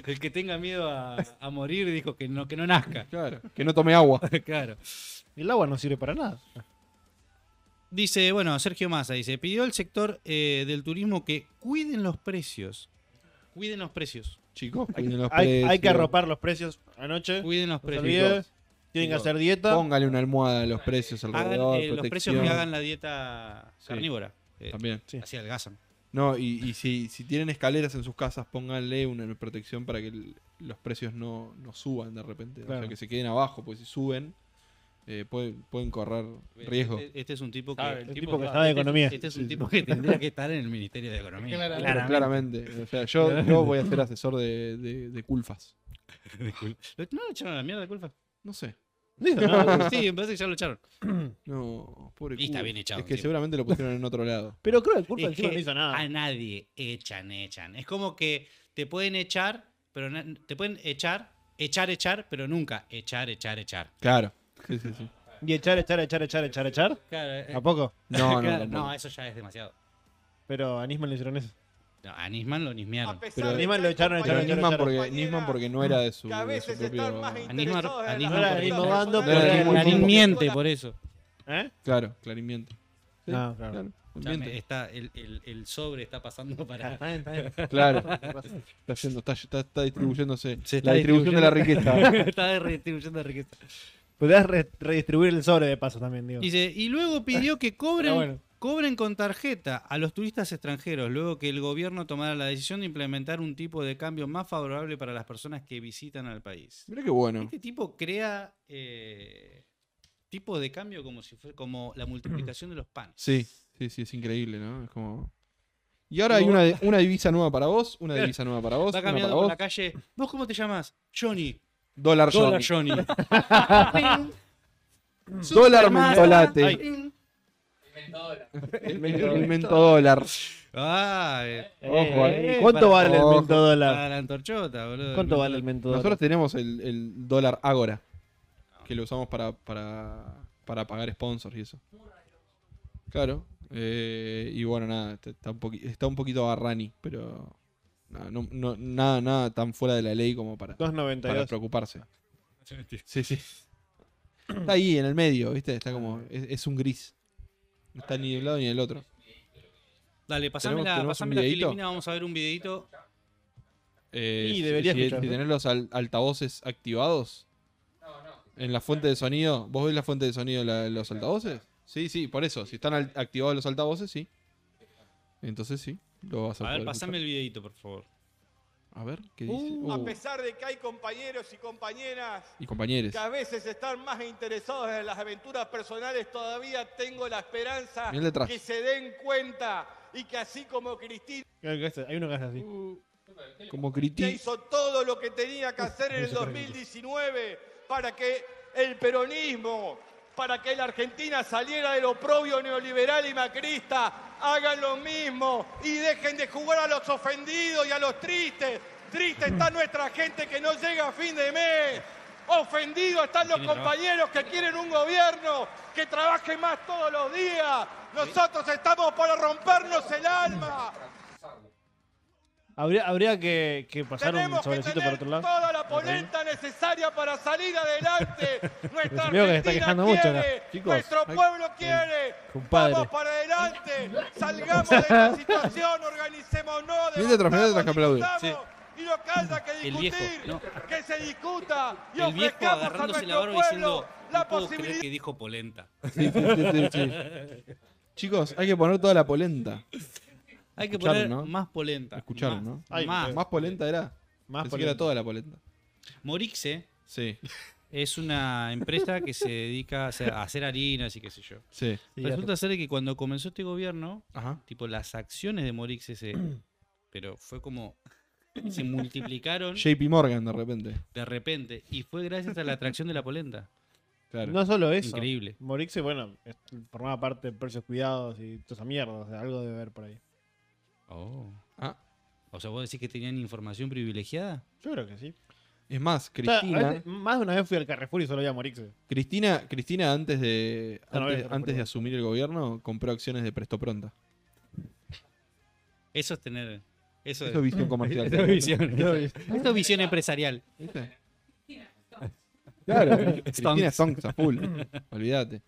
Speaker 1: El que tenga miedo a, a morir dijo que no, que no nazca.
Speaker 2: Claro, que no tome agua.
Speaker 1: claro.
Speaker 3: El agua no sirve para nada.
Speaker 1: Dice, bueno, Sergio Massa dice, pidió al sector eh, del turismo que cuiden los precios. Cuiden los precios.
Speaker 2: Chicos, cuiden los
Speaker 3: Hay, hay que
Speaker 2: precios.
Speaker 3: arropar los precios anoche.
Speaker 1: Cuiden los
Speaker 3: No se
Speaker 1: precios.
Speaker 3: olviden. Tienen que
Speaker 1: Chicos,
Speaker 3: hacer dieta.
Speaker 2: Póngale una almohada a los precios
Speaker 1: Hagan, eh,
Speaker 2: alrededor.
Speaker 1: los precios
Speaker 2: protección.
Speaker 1: que hagan la dieta
Speaker 2: Sí.
Speaker 1: carnívora. Eh,
Speaker 2: También.
Speaker 3: Sí.
Speaker 1: Así adelgazan.
Speaker 2: No, y, y si, si tienen escaleras en sus casas, pónganle una protección para que el- los precios no, no suban de repente. O
Speaker 3: Claro.
Speaker 2: sea, que se queden abajo, pues si suben, eh, pueden, pueden correr riesgo.
Speaker 1: Este, este es un tipo que...
Speaker 4: Sabe, el
Speaker 3: El
Speaker 4: tipo
Speaker 3: tipo que
Speaker 4: sabe.
Speaker 3: sabe de
Speaker 1: Este es-
Speaker 3: economía.
Speaker 1: Este es un tipo que tendría que estar en el Ministerio de Economía.
Speaker 4: Claro.
Speaker 2: Pero Claramente. O sea, yo, yo voy a ser asesor de, de, de culfas.
Speaker 1: Disculpa. Lo- No lo echaron a la mierda, culpa.
Speaker 2: No sé.
Speaker 3: No hizo nada.
Speaker 1: No, sí, me parece que ya lo echaron.
Speaker 2: No, pobre
Speaker 1: Y está
Speaker 2: Culfas.
Speaker 1: bien echado
Speaker 2: Es que
Speaker 1: encima.
Speaker 2: seguramente lo pusieron en otro lado.
Speaker 3: Pero creo que el curso
Speaker 1: Es
Speaker 3: encima
Speaker 1: que
Speaker 3: no hizo nada.
Speaker 1: A nadie echan, echan. Es como que te pueden echar, pero na- te pueden echar, echar, echar, pero nunca echar, echar, echar.
Speaker 2: Claro. Sí, sí, sí.
Speaker 3: Y echar, echar, echar, echar, echar, echar.
Speaker 1: Claro,
Speaker 3: ¿A poco?
Speaker 2: Ah, No, no, tampoco.
Speaker 1: no, eso ya es demasiado.
Speaker 3: Pero a Nisman le hicieron eso.
Speaker 1: No, a Nisman lo nismearon.
Speaker 2: Pero-
Speaker 3: Nisman lo echaron,
Speaker 2: Pero
Speaker 3: echaron, echaron,
Speaker 2: Nisman
Speaker 3: echaron.
Speaker 2: porque, Nisman porque no era de su,
Speaker 5: que a
Speaker 2: de su
Speaker 5: veces
Speaker 2: propio...
Speaker 5: están más
Speaker 1: A Nisman,
Speaker 5: interesados
Speaker 1: a
Speaker 5: en
Speaker 1: Nisman
Speaker 3: la
Speaker 1: porque-
Speaker 3: mismo bando,
Speaker 2: pero era el mismo
Speaker 1: Clarín
Speaker 2: grupo.
Speaker 1: miente por eso.
Speaker 3: ¿Eh?
Speaker 2: Claro, clarimiento.
Speaker 3: No, claro.
Speaker 1: Ya me-
Speaker 2: clarimiento.
Speaker 1: está, el, el- el sobre está pasando para.
Speaker 3: Está bien, está bien.
Speaker 2: Claro. Está, haciendo, está, está, está distribuyéndose.
Speaker 1: Se está
Speaker 2: la distribución de la riqueza.
Speaker 1: está redistribuyendo riqueza.
Speaker 3: Podrías re- redistribuir el sobre de paso también, digo.
Speaker 1: Dice, y luego pidió que cobren,
Speaker 3: Ah, bueno.
Speaker 1: cobren con tarjeta a los turistas extranjeros, luego que el gobierno tomara la decisión de implementar un tipo de cambio más favorable para las personas que visitan al país.
Speaker 2: Mira qué bueno.
Speaker 1: Este tipo crea eh, tipo de cambio como si fuera como la multiplicación de los panes.
Speaker 2: Sí, sí, sí, es increíble, ¿no? Es como. Y ahora hay una, una divisa nueva para vos, una divisa nueva para vos,
Speaker 1: Va
Speaker 2: una para
Speaker 1: caminando por
Speaker 2: vos.
Speaker 1: la calle. ¿Vos cómo te llamas? Johnny.
Speaker 2: Dólar
Speaker 1: Dólar
Speaker 2: Johnny.
Speaker 1: Johnny.
Speaker 2: Dólar
Speaker 1: Supermasa.
Speaker 2: mentolate.
Speaker 1: Ay.
Speaker 6: Inventadora.
Speaker 2: El, men- el mentodólar.
Speaker 1: Ah, eh,
Speaker 2: Ojo,
Speaker 1: eh,
Speaker 3: ¿Cuánto
Speaker 1: para-
Speaker 3: vale el
Speaker 2: Ojo.
Speaker 3: mento dólar?
Speaker 1: para la antorchota, boludo.
Speaker 3: ¿Cuánto vale el mento
Speaker 2: Nosotros
Speaker 3: dólar?
Speaker 2: tenemos el, el dólar Ágora, que lo usamos para, para, para pagar sponsors y eso. Claro. eh, y bueno, nada, está- está un, poqui- está un poquito barrani, pero nada, no- no- nada, nada tan fuera de la ley como para, para
Speaker 3: 2.92.
Speaker 2: preocuparse. Sí, sí. Está ahí en el medio, ¿viste? Está como. Es, es un gris. No está ni de un lado ni del otro.
Speaker 1: Dale, pasame
Speaker 2: ¿Tenemos-
Speaker 1: la,
Speaker 2: tenemos
Speaker 1: pasame
Speaker 2: un
Speaker 1: la
Speaker 2: videíto?
Speaker 1: filipina, vamos a ver un videito.
Speaker 2: Eh,
Speaker 3: Y
Speaker 2: si-
Speaker 3: debería
Speaker 2: si,
Speaker 3: escuchar,
Speaker 2: si
Speaker 3: ¿no?
Speaker 2: tenés los al- altavoces activados
Speaker 6: No, no.
Speaker 2: en la fuente de sonido, ¿vos ves la fuente de sonido de la- los altavoces? Sí, sí, por eso. Si están al- activados los altavoces, sí. Entonces sí. Lo vas a,
Speaker 1: A ver,
Speaker 2: poder
Speaker 1: pasame
Speaker 2: escuchar.
Speaker 1: el videito, por favor.
Speaker 2: A ver, ¿qué dice?
Speaker 1: Uh,
Speaker 5: A
Speaker 2: Uh,
Speaker 5: pesar de que hay compañeros y compañeras
Speaker 2: y compañeros.
Speaker 5: que a veces están más interesados en las aventuras personales, todavía tengo la esperanza
Speaker 2: Mirá el detrás.
Speaker 5: que se den cuenta y que así como Cristina
Speaker 3: Creo que este- hay uno que hace así.
Speaker 2: Uh, como Criti.
Speaker 5: hizo todo lo que tenía que hacer en
Speaker 3: me
Speaker 5: el
Speaker 3: sacaron.
Speaker 5: 2019 para que el peronismo, para que la Argentina saliera del oprobio neoliberal y macrista, hagan lo mismo y dejen de jugar a los ofendidos y a los tristes. Triste está nuestra gente que no llega a fin de mes. Ofendidos están los
Speaker 1: Tiene trabajo.
Speaker 5: compañeros que quieren un gobierno que trabaje más todos los días. Nosotros estamos para rompernos el alma.
Speaker 3: Habría, habría que, que pasar un
Speaker 5: Tenemos que
Speaker 3: sobrecito para
Speaker 5: tener
Speaker 3: otro lado.
Speaker 5: toda la polenta necesaria para salir adelante. Nuestra
Speaker 3: veo que se está
Speaker 5: Argentina
Speaker 3: quejando mucho
Speaker 5: quiere,
Speaker 3: acá.
Speaker 2: Chicos,
Speaker 5: nuestro
Speaker 2: hay-
Speaker 5: pueblo quiere.
Speaker 3: compadre.
Speaker 5: Vamos para adelante, salgamos de esta situación, organicémonos,
Speaker 2: Viene atrás, viene atrás que aplaude.
Speaker 5: discutamos, Y lo que haya que
Speaker 1: El viejo,
Speaker 5: discutir,
Speaker 1: no.
Speaker 5: que se discuta y
Speaker 1: el viejo
Speaker 5: ofrezcamos a
Speaker 1: agarrándose la
Speaker 5: nuestro
Speaker 1: barba
Speaker 5: pueblo
Speaker 1: diciendo, no
Speaker 5: la
Speaker 1: puedo creer
Speaker 5: posibilidad
Speaker 1: que dijo polenta.
Speaker 2: Sí, sí, sí, sí, sí. Chicos, hay que poner toda la polenta.
Speaker 1: Hay que
Speaker 2: Escuchar,
Speaker 1: poner
Speaker 2: ¿no?
Speaker 1: más polenta.
Speaker 2: Escuchar,
Speaker 1: más,
Speaker 2: ¿no?
Speaker 3: Ay,
Speaker 1: más.
Speaker 3: Ah.
Speaker 2: Más polenta era.
Speaker 3: Más
Speaker 2: Pensé que
Speaker 3: polenta.
Speaker 2: era toda la polenta.
Speaker 1: Morixe
Speaker 2: Sí,
Speaker 1: es una empresa que se dedica a hacer, a hacer harinas y qué sé yo.
Speaker 2: sí.
Speaker 3: Sí,
Speaker 1: Resulta ser que cuando comenzó este gobierno,
Speaker 2: Ajá.
Speaker 1: tipo las acciones de Morix ese, pero fue como se multiplicaron
Speaker 2: JP Morgan de repente.
Speaker 1: de repente y fue gracias a la atracción de la polenta.
Speaker 2: Claro.
Speaker 3: No solo eso.
Speaker 1: Increíble.
Speaker 3: Morixe, bueno, es- formaba parte de Precios Cuidados y toda esa mierda. O sea, algo de ver por ahí.
Speaker 1: Oh.
Speaker 2: Ah,
Speaker 1: O sea, vos decís que tenían información privilegiada.
Speaker 3: Yo creo que sí.
Speaker 2: es más,
Speaker 3: O sea, a
Speaker 2: Cristina.
Speaker 3: veces- más de una vez fui al Carrefour y solo había Morixe.
Speaker 2: Cristina, Cristina antes de
Speaker 3: Ah, no, voy a
Speaker 2: antes,
Speaker 3: hacer
Speaker 2: antes de
Speaker 3: recuerdo.
Speaker 2: asumir el gobierno compró acciones de Presto Pronta.
Speaker 1: Eso es tener. Eso,
Speaker 2: Eso es
Speaker 1: es.
Speaker 2: visión comercial.
Speaker 1: Esto es visión. Esto es visión empresarial.
Speaker 2: ¿Viste? Claro, Cristina Stonks a full. Olvídate.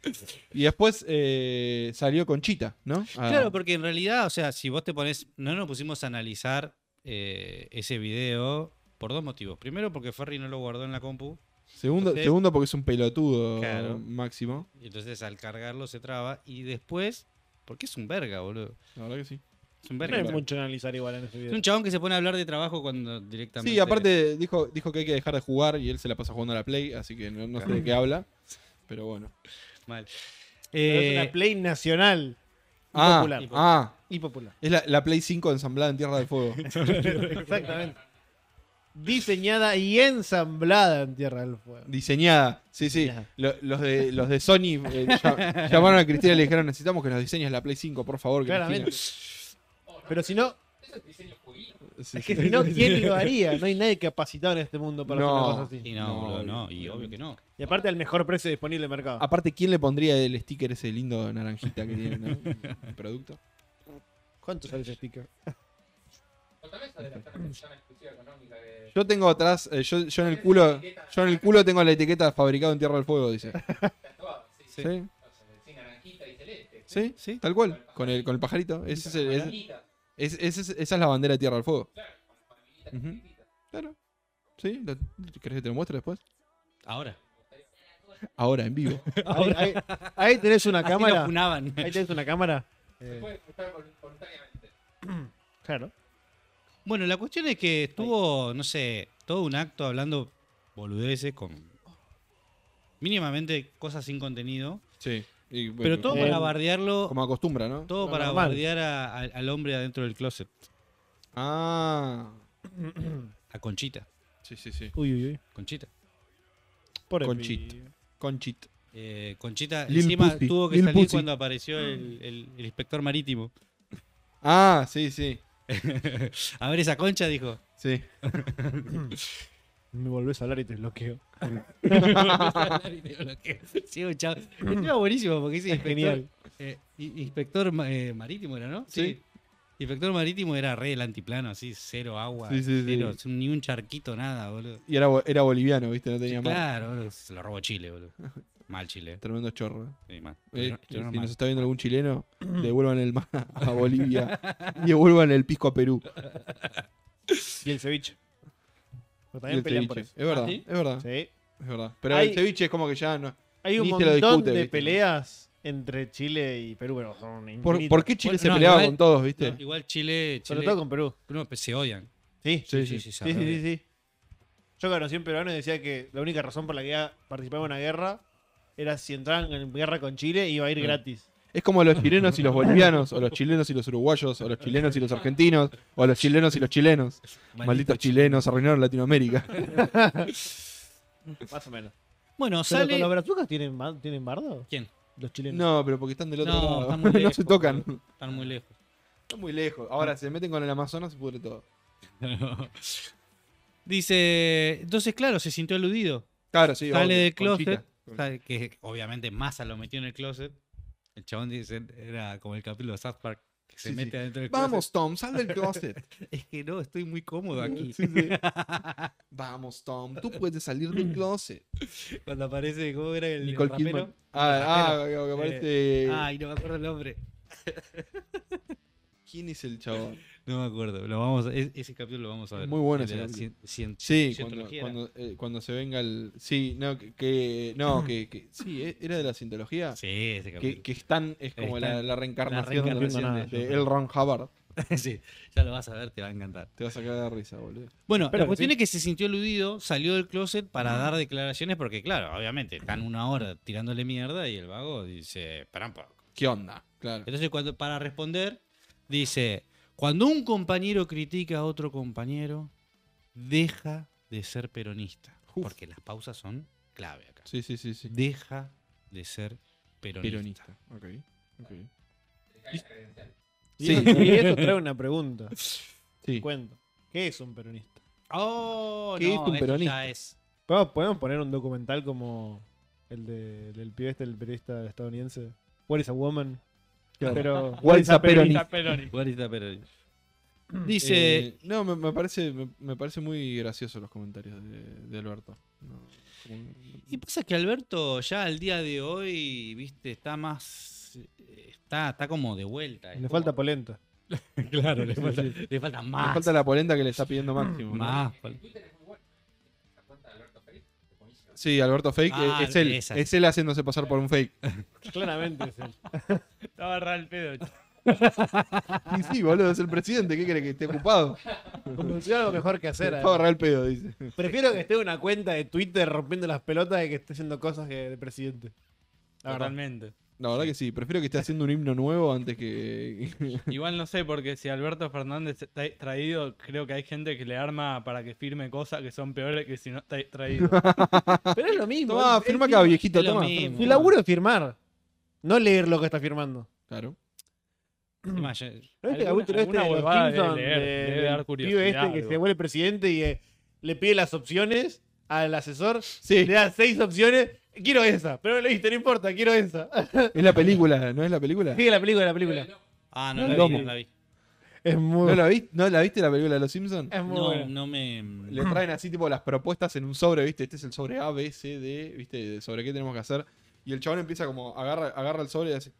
Speaker 2: Y después eh, salió Conchita, ¿no? Ah,
Speaker 1: Claro, porque en realidad, o sea, si vos te pones, no nos pusimos a analizar eh, ese video por dos motivos. Primero, porque Ferry no lo guardó en la compu,
Speaker 2: segundo,
Speaker 1: entonces-
Speaker 2: segundo porque es un pelotudo
Speaker 1: Claro.
Speaker 2: máximo.
Speaker 1: y entonces al cargarlo se traba. Y después, porque es un verga, boludo.
Speaker 2: La verdad que sí.
Speaker 1: Es un
Speaker 3: No
Speaker 1: verga.
Speaker 3: hay mucho que analizar igual en ese
Speaker 1: Es
Speaker 3: video.
Speaker 1: un chabón que se pone a hablar de trabajo cuando directamente.
Speaker 2: Sí, aparte dijo, dijo que hay que dejar de jugar y él se la pasa jugando a la Play, así que no, no sé de qué habla. Pero bueno.
Speaker 1: Mal.
Speaker 3: Pero
Speaker 1: Eh,
Speaker 3: es una play nacional
Speaker 2: Ah,
Speaker 3: popular.
Speaker 2: ah,
Speaker 3: y popular.
Speaker 2: es la, la Play 5 ensamblada en Tierra del Fuego.
Speaker 3: Exactamente. Diseñada y ensamblada en Tierra del Fuego.
Speaker 2: Diseñada, sí, sí.
Speaker 3: Diseñada.
Speaker 2: Lo- los, de, los de Sony eh, llam- llamaron a Cristina y le dijeron: Necesitamos que nos diseñes la Play 5, por favor. Cristina".
Speaker 3: Claramente. Pero si no,
Speaker 2: Sí,
Speaker 3: es que
Speaker 2: sí.
Speaker 3: si no, ¿quién lo haría? No hay nadie capacitado en este mundo para hacer
Speaker 2: No.
Speaker 3: una cosa así.
Speaker 1: Y no,
Speaker 2: No,
Speaker 1: boludo, no. Y
Speaker 2: obvio.
Speaker 1: obvio que no.
Speaker 3: Y aparte al mejor precio disponible de mercado.
Speaker 2: Aparte, ¿quién le pondría el sticker ese lindo naranjita que tiene ¿no? el producto?
Speaker 3: ¿Cuánto sale ese sticker?
Speaker 6: O tal vez adelantar la cuestión exclusiva económica de.
Speaker 2: Yo tengo atrás, eh, yo, yo en el culo, yo en el culo tengo la etiqueta fabricado en Tierra del Fuego, dice.
Speaker 6: tatuado, sí, sí.
Speaker 2: ¿Sí?
Speaker 6: O sea, sí, naranjita y celeste.
Speaker 2: ¿Sí?
Speaker 1: Sí.
Speaker 2: Tal cual, con el, con el pajarito. Ese es el- ese-
Speaker 6: Naranjita,
Speaker 2: Es- esa es- esa es la bandera de Tierra del Fuego.
Speaker 6: claro, con con amiguitas
Speaker 2: Ujú.
Speaker 6: chiquititas.
Speaker 2: Claro. ¿Sí? ¿Lo- ¿Querés que te lo muestre después?
Speaker 1: Ahora.
Speaker 2: Ahora, en vivo.
Speaker 3: Ahí, ahí- ahí tenés una
Speaker 1: Así nos
Speaker 3: cámara.
Speaker 1: funaban.
Speaker 3: Ahí tenés una cámara.
Speaker 6: Se
Speaker 3: Eh,
Speaker 6: puede disfrutar vol- voluntariamente.
Speaker 3: claro.
Speaker 1: Bueno, la cuestión es que estuvo, no sé, todo un acto hablando boludeces con mínimamente cosas sin contenido,
Speaker 2: Sí. Y, bueno,
Speaker 1: pero todo
Speaker 2: como,
Speaker 3: eh,
Speaker 1: para bardearlo,
Speaker 2: como acostumbra, ¿no?
Speaker 1: todo
Speaker 3: lo
Speaker 1: para
Speaker 3: normal.
Speaker 1: bardear a- a- al hombre adentro del closet,
Speaker 2: Ah.
Speaker 1: a Conchita,
Speaker 2: Sí, sí, sí.
Speaker 3: Uy, uy, uy.
Speaker 1: Conchita.
Speaker 3: Por el
Speaker 2: Conchit.
Speaker 3: pi-
Speaker 2: Conchit.
Speaker 1: Eh, Conchita
Speaker 2: Lil
Speaker 1: encima
Speaker 2: Pussy,
Speaker 1: tuvo que
Speaker 2: Lil
Speaker 1: salir
Speaker 2: Pussy.
Speaker 1: cuando apareció el, el- el inspector marítimo.
Speaker 2: Ah, sí, sí.
Speaker 1: A ver esa concha, dijo.
Speaker 2: Sí.
Speaker 3: Me volvés a hablar y te bloqueo.
Speaker 1: sí, un chavo. Estuvo buenísimo porque ese
Speaker 3: Es
Speaker 1: inspector,
Speaker 3: genial.
Speaker 1: eh, i- inspector ma- eh, marítimo era, ¿no?
Speaker 2: Sí.
Speaker 1: Inspector marítimo era re el antiplano, así, cero agua,
Speaker 2: Sí, sí, sí.
Speaker 1: cero, ni un charquito, nada, boludo.
Speaker 2: Y era, bo- era boliviano, ¿viste? No
Speaker 1: Sí,
Speaker 2: tenía más.
Speaker 1: claro, boludo, se lo robó Chile, boludo. Mal Chile.
Speaker 2: Tremendo chorro. ¿eh?
Speaker 1: Sí, mal.
Speaker 2: Eh,
Speaker 1: Estuvieron- estuvieron
Speaker 2: si
Speaker 1: mal.
Speaker 2: nos está viendo algún chileno, devuelvan el mar a Bolivia. y devuelvan el pisco a Perú.
Speaker 3: Y el ceviche. Pero
Speaker 2: Y
Speaker 3: también
Speaker 2: el
Speaker 3: pelean
Speaker 2: ceviche.
Speaker 3: por
Speaker 2: Es
Speaker 3: eso.
Speaker 2: verdad,
Speaker 1: ¿Ah, ¿sí?
Speaker 2: es verdad.
Speaker 3: Sí.
Speaker 2: Es verdad. Pero
Speaker 3: Hay-
Speaker 2: el ceviche es como que ya no.
Speaker 3: Hay un
Speaker 2: Ni se lo
Speaker 3: montón
Speaker 2: discute,
Speaker 3: de
Speaker 2: ¿viste?
Speaker 3: peleas entre Chile y Perú, pero son
Speaker 2: ¿Por,
Speaker 3: infinitas.
Speaker 2: ¿por qué Chile
Speaker 1: Bueno,
Speaker 2: se
Speaker 1: no,
Speaker 2: peleaba
Speaker 1: igual-
Speaker 2: con todos, viste?
Speaker 1: Igual Chile,
Speaker 3: Sobre
Speaker 1: Chile
Speaker 3: todo con Perú.
Speaker 1: no, pues se odian.
Speaker 3: Sí,
Speaker 2: Sí,
Speaker 1: sí,
Speaker 2: sí.
Speaker 1: sí, se
Speaker 3: sí, sí,
Speaker 1: odian.
Speaker 3: sí, sí. Yo conocí un peruano y decía que la única razón por la que iba a participar en una guerra era si entraban en guerra con Chile iba a ir
Speaker 2: Mm.
Speaker 3: gratis.
Speaker 2: Es como los chilenos y los bolivianos, o los chilenos y los uruguayos, o los chilenos y los argentinos, o los chilenos y los chilenos. Malditos chilenos, arruinaron Latinoamérica.
Speaker 3: Más o menos.
Speaker 1: Bueno,
Speaker 3: ¿Pero
Speaker 1: sale.
Speaker 3: con los brazucas tienen, ba- tienen bardo?
Speaker 1: ¿Quién?
Speaker 3: Los chilenos.
Speaker 2: No, pero porque están del otro
Speaker 1: No,
Speaker 2: lado.
Speaker 1: están muy
Speaker 2: no
Speaker 1: lejos,
Speaker 2: se tocan.
Speaker 1: Están muy lejos.
Speaker 2: Están muy lejos. Ahora, si se meten con el Amazonas, se pudre todo.
Speaker 1: Dice. Entonces, claro, se sintió aludido.
Speaker 2: Claro, sí.
Speaker 1: sale
Speaker 2: obvio,
Speaker 1: del closet.
Speaker 2: Conchita.
Speaker 1: sale- que obviamente Massa lo metió en el closet. El chabón dice, era como el capítulo de South Park. Que se
Speaker 2: Sí,
Speaker 1: mete
Speaker 2: sí.
Speaker 1: adentro del closet.
Speaker 2: Vamos, Tom, sal del closet.
Speaker 1: Es que no, estoy muy cómodo aquí.
Speaker 2: Sí, sí. Vamos, Tom, tú puedes salir del closet.
Speaker 1: Cuando aparece, ¿cómo era el
Speaker 2: Nicole
Speaker 1: rapero?
Speaker 2: Kidman. Ah, ah, que aparece.
Speaker 1: Ay, no me acuerdo el nombre.
Speaker 2: ¿Quién es el chabón?
Speaker 1: No me acuerdo. Lo vamos a- es- ese capítulo lo vamos a
Speaker 2: Es
Speaker 1: ver.
Speaker 2: muy bueno
Speaker 1: El de
Speaker 2: ese
Speaker 1: la
Speaker 2: capítulo.
Speaker 1: cien- cien-
Speaker 2: Sí, cuando,
Speaker 1: cientología era.
Speaker 2: cuando, eh, cuando se venga el. Sí, no, que. que- no, que, que- Sí, eh, era de la cientología.
Speaker 1: Sí, ese
Speaker 2: Que,
Speaker 1: capítulo.
Speaker 2: que están. Es como
Speaker 1: Están-
Speaker 2: la, la reencarnación,
Speaker 1: la reencarnación
Speaker 2: de-
Speaker 1: de-
Speaker 2: de, L. Ron Hubbard.
Speaker 1: sí, ya lo vas a ver, te va a encantar.
Speaker 2: Te vas a cagar de risa, boludo.
Speaker 1: Bueno,
Speaker 3: Espero
Speaker 1: la
Speaker 3: que
Speaker 1: cuestión
Speaker 3: sí.
Speaker 1: es que se sintió eludido, salió del closet para dar declaraciones, porque claro, obviamente están una hora tirándole mierda y el vago dice, pará un poco".
Speaker 2: ¿Qué onda? Claro.
Speaker 1: Entonces, cuando, para responder, dice: Cuando un compañero critica a otro compañero, deja de ser peronista.
Speaker 2: Uf.
Speaker 1: Porque las pausas son clave acá.
Speaker 2: Sí, sí, sí, sí.
Speaker 1: Deja de ser peronista.
Speaker 2: Peronista. Ok. ok.
Speaker 3: Y
Speaker 2: Sí.
Speaker 3: eso- y eso trae una pregunta.
Speaker 2: Sí.
Speaker 3: Cuento. ¿Qué es un peronista?
Speaker 1: Oh,
Speaker 2: ¿Qué
Speaker 1: no,
Speaker 2: es un
Speaker 1: eso
Speaker 2: peronista?
Speaker 1: ya es.
Speaker 3: ¿Podemos, podemos poner un documental como el de- del pibe este, el periodista estadounidense? What is a woman?
Speaker 2: Claro.
Speaker 3: Pero,
Speaker 2: What is a
Speaker 3: peronista?
Speaker 4: Está Peroni.
Speaker 1: Peronista, peronista. Dice.
Speaker 2: Eh, no, me, me parece, me, me parece muy gracioso los comentarios de, de Alberto. No, como-
Speaker 1: Y pasa que Alberto ya al día de hoy, viste, está más. Está, está como de vuelta. es
Speaker 3: Le
Speaker 1: como-
Speaker 3: falta polenta.
Speaker 1: claro, le falta, le falta
Speaker 2: le
Speaker 1: más.
Speaker 2: falta la polenta que le está pidiendo Máximo. ¿no?
Speaker 1: más.
Speaker 2: Sí, Alberto Fake eh,
Speaker 1: Ah,
Speaker 2: es él.
Speaker 1: esa.
Speaker 2: Es él haciéndose pasar por un fake.
Speaker 3: Claramente es él.
Speaker 4: Estaba re al pedo.
Speaker 2: Y sí, boludo, es el presidente. ¿Qué cree que esté ocupado?
Speaker 3: Como si algo mejor que hacer.
Speaker 2: Estaba
Speaker 3: además.
Speaker 2: re el pedo, dice.
Speaker 3: Prefiero que esté una cuenta de Twitter rompiendo las pelotas de que esté haciendo cosas que de presidente. La verdad.
Speaker 4: Totalmente.
Speaker 2: La verdad que sí, prefiero que esté haciendo un himno nuevo antes que.
Speaker 4: Igual no sé, porque si Alberto Fernández está traído, creo que hay gente que le arma para que firme cosas que son peores que si no está traído.
Speaker 3: Pero es lo mismo.
Speaker 2: Tomá,
Speaker 3: Él-
Speaker 2: firma
Speaker 3: él
Speaker 2: acá,
Speaker 3: firma-
Speaker 2: viejito,
Speaker 1: es lo
Speaker 2: toma.
Speaker 1: mismo.
Speaker 3: Su laburo es firmar. No leer lo que está firmando.
Speaker 2: Claro.
Speaker 1: Más, ya-
Speaker 3: ¿No viste el
Speaker 4: Alguna-
Speaker 3: capítulo este
Speaker 4: alguna
Speaker 3: de los
Speaker 4: huevada debe
Speaker 3: Simpsons?
Speaker 4: leer,
Speaker 3: de-
Speaker 4: debe
Speaker 3: del
Speaker 4: dar
Speaker 3: pibe este
Speaker 4: curiosidad,
Speaker 3: que
Speaker 4: algo.
Speaker 3: se vuelve presidente y eh, le pide las opciones al asesor.
Speaker 2: Sí,
Speaker 3: Le da seis opciones. Quiero esa. Pero no le diste, no importa, quiero esa.
Speaker 2: es la película, ¿no es la película?
Speaker 3: Sigue la película, la película.
Speaker 1: Ah, no,
Speaker 2: No,
Speaker 1: la
Speaker 2: no.
Speaker 1: vi, no la vi.
Speaker 3: Es muy
Speaker 2: ¿No
Speaker 3: buena.
Speaker 2: la, viste? ¿No la viste la película de los Simpsons?
Speaker 3: Es muy
Speaker 1: No,
Speaker 3: buena.
Speaker 1: no me. mm,
Speaker 2: Le traen así tipo las propuestas en un sobre, ¿viste? Este es el sobre A, B, C, D, ¿viste? De Sobre qué tenemos que hacer. Y el chabón empieza como, agarra, agarra el sobre y hace,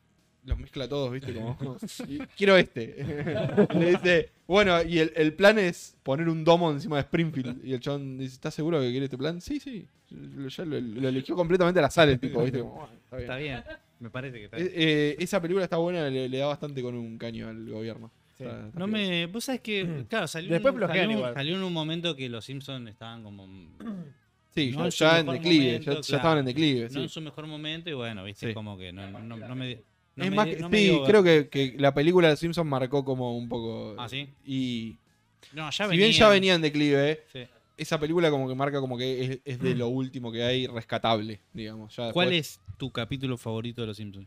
Speaker 2: los mezcla todos, ¿viste? Como, y, quiero este. Y le dice, bueno, y el, el plan es poner un domo encima de Springfield. Y el chabón dice, ¿estás seguro que quiere este plan? Sí, sí. Lo- Ya lo, lo eligió completamente al azar el tipo, ¿viste? Como, bueno, está bien.
Speaker 1: Está bien. Me parece que está
Speaker 2: Eh,
Speaker 1: bien.
Speaker 2: eh, esa película está buena, le, le da bastante con un caño al gobierno.
Speaker 3: Sí.
Speaker 2: Está- está
Speaker 1: No
Speaker 2: piola.
Speaker 1: me. Vos sabés
Speaker 2: Mm.
Speaker 1: que. Claro, salió.
Speaker 3: Después
Speaker 1: un,
Speaker 3: bloquean
Speaker 1: salió, un-
Speaker 3: igual.
Speaker 1: salió en un momento que los Simpsons estaban como. mm, No
Speaker 2: Sí,
Speaker 1: no
Speaker 2: ya,
Speaker 1: en su
Speaker 2: ya en
Speaker 1: mejor
Speaker 2: declive,
Speaker 1: momento,
Speaker 2: ya, ya
Speaker 1: claro.
Speaker 2: estaban en declive. sí.
Speaker 1: en su mejor momento y bueno, viste,
Speaker 2: Sí.
Speaker 1: como que no, no, no me. no me
Speaker 2: es más
Speaker 1: di-
Speaker 2: que-
Speaker 1: no me
Speaker 2: sí,
Speaker 1: dio-
Speaker 2: creo que, que la película de Simpson marcó como un poco.
Speaker 1: Ah, ¿sí?
Speaker 2: Y.
Speaker 1: No, ya
Speaker 2: si bien ya
Speaker 1: venían.
Speaker 2: venía en declive, eh,
Speaker 1: Sí.
Speaker 2: esa película como que marca como que es, es de lo último que hay rescatable, digamos. Ya
Speaker 1: ¿Cuál
Speaker 2: después-
Speaker 1: es tu capítulo favorito de los Simpsons?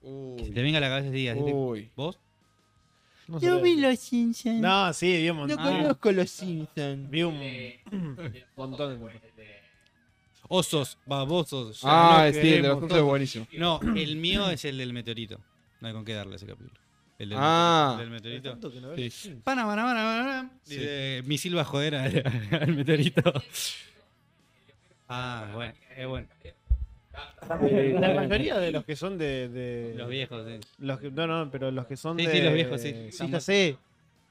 Speaker 1: Que se te
Speaker 2: Uy.
Speaker 1: venga a la cabeza y digas.
Speaker 2: uy.
Speaker 1: ¿Vos?
Speaker 3: No sé qué decir.
Speaker 1: los Simpsons.
Speaker 3: No, sí, vi un montón.
Speaker 1: No conozco.
Speaker 2: los Simpsons.
Speaker 3: Vi un montón de cosas.
Speaker 1: Osos, babosos. ya
Speaker 2: Ah,
Speaker 3: no
Speaker 2: sí, el de los
Speaker 3: queremos
Speaker 2: Simpsons es buenísimo.
Speaker 1: No, el mío es el del meteorito. No hay con qué darle ese capítulo. El del
Speaker 2: Ah.
Speaker 1: meteorito. El del meteorito.
Speaker 3: Tanto que no
Speaker 2: Sí.
Speaker 3: ves.
Speaker 1: Pana, pana, pana, pana, pana. Dice, misil va a joder al, al meteorito. Ah, bueno, es bueno.
Speaker 3: La mayoría de los que son de. de-
Speaker 1: Los viejos, eh. sí.
Speaker 3: los que- no, no, pero los que son
Speaker 1: Sí,
Speaker 3: de.
Speaker 1: sí, los viejos, sí.
Speaker 3: Sí, ya sé.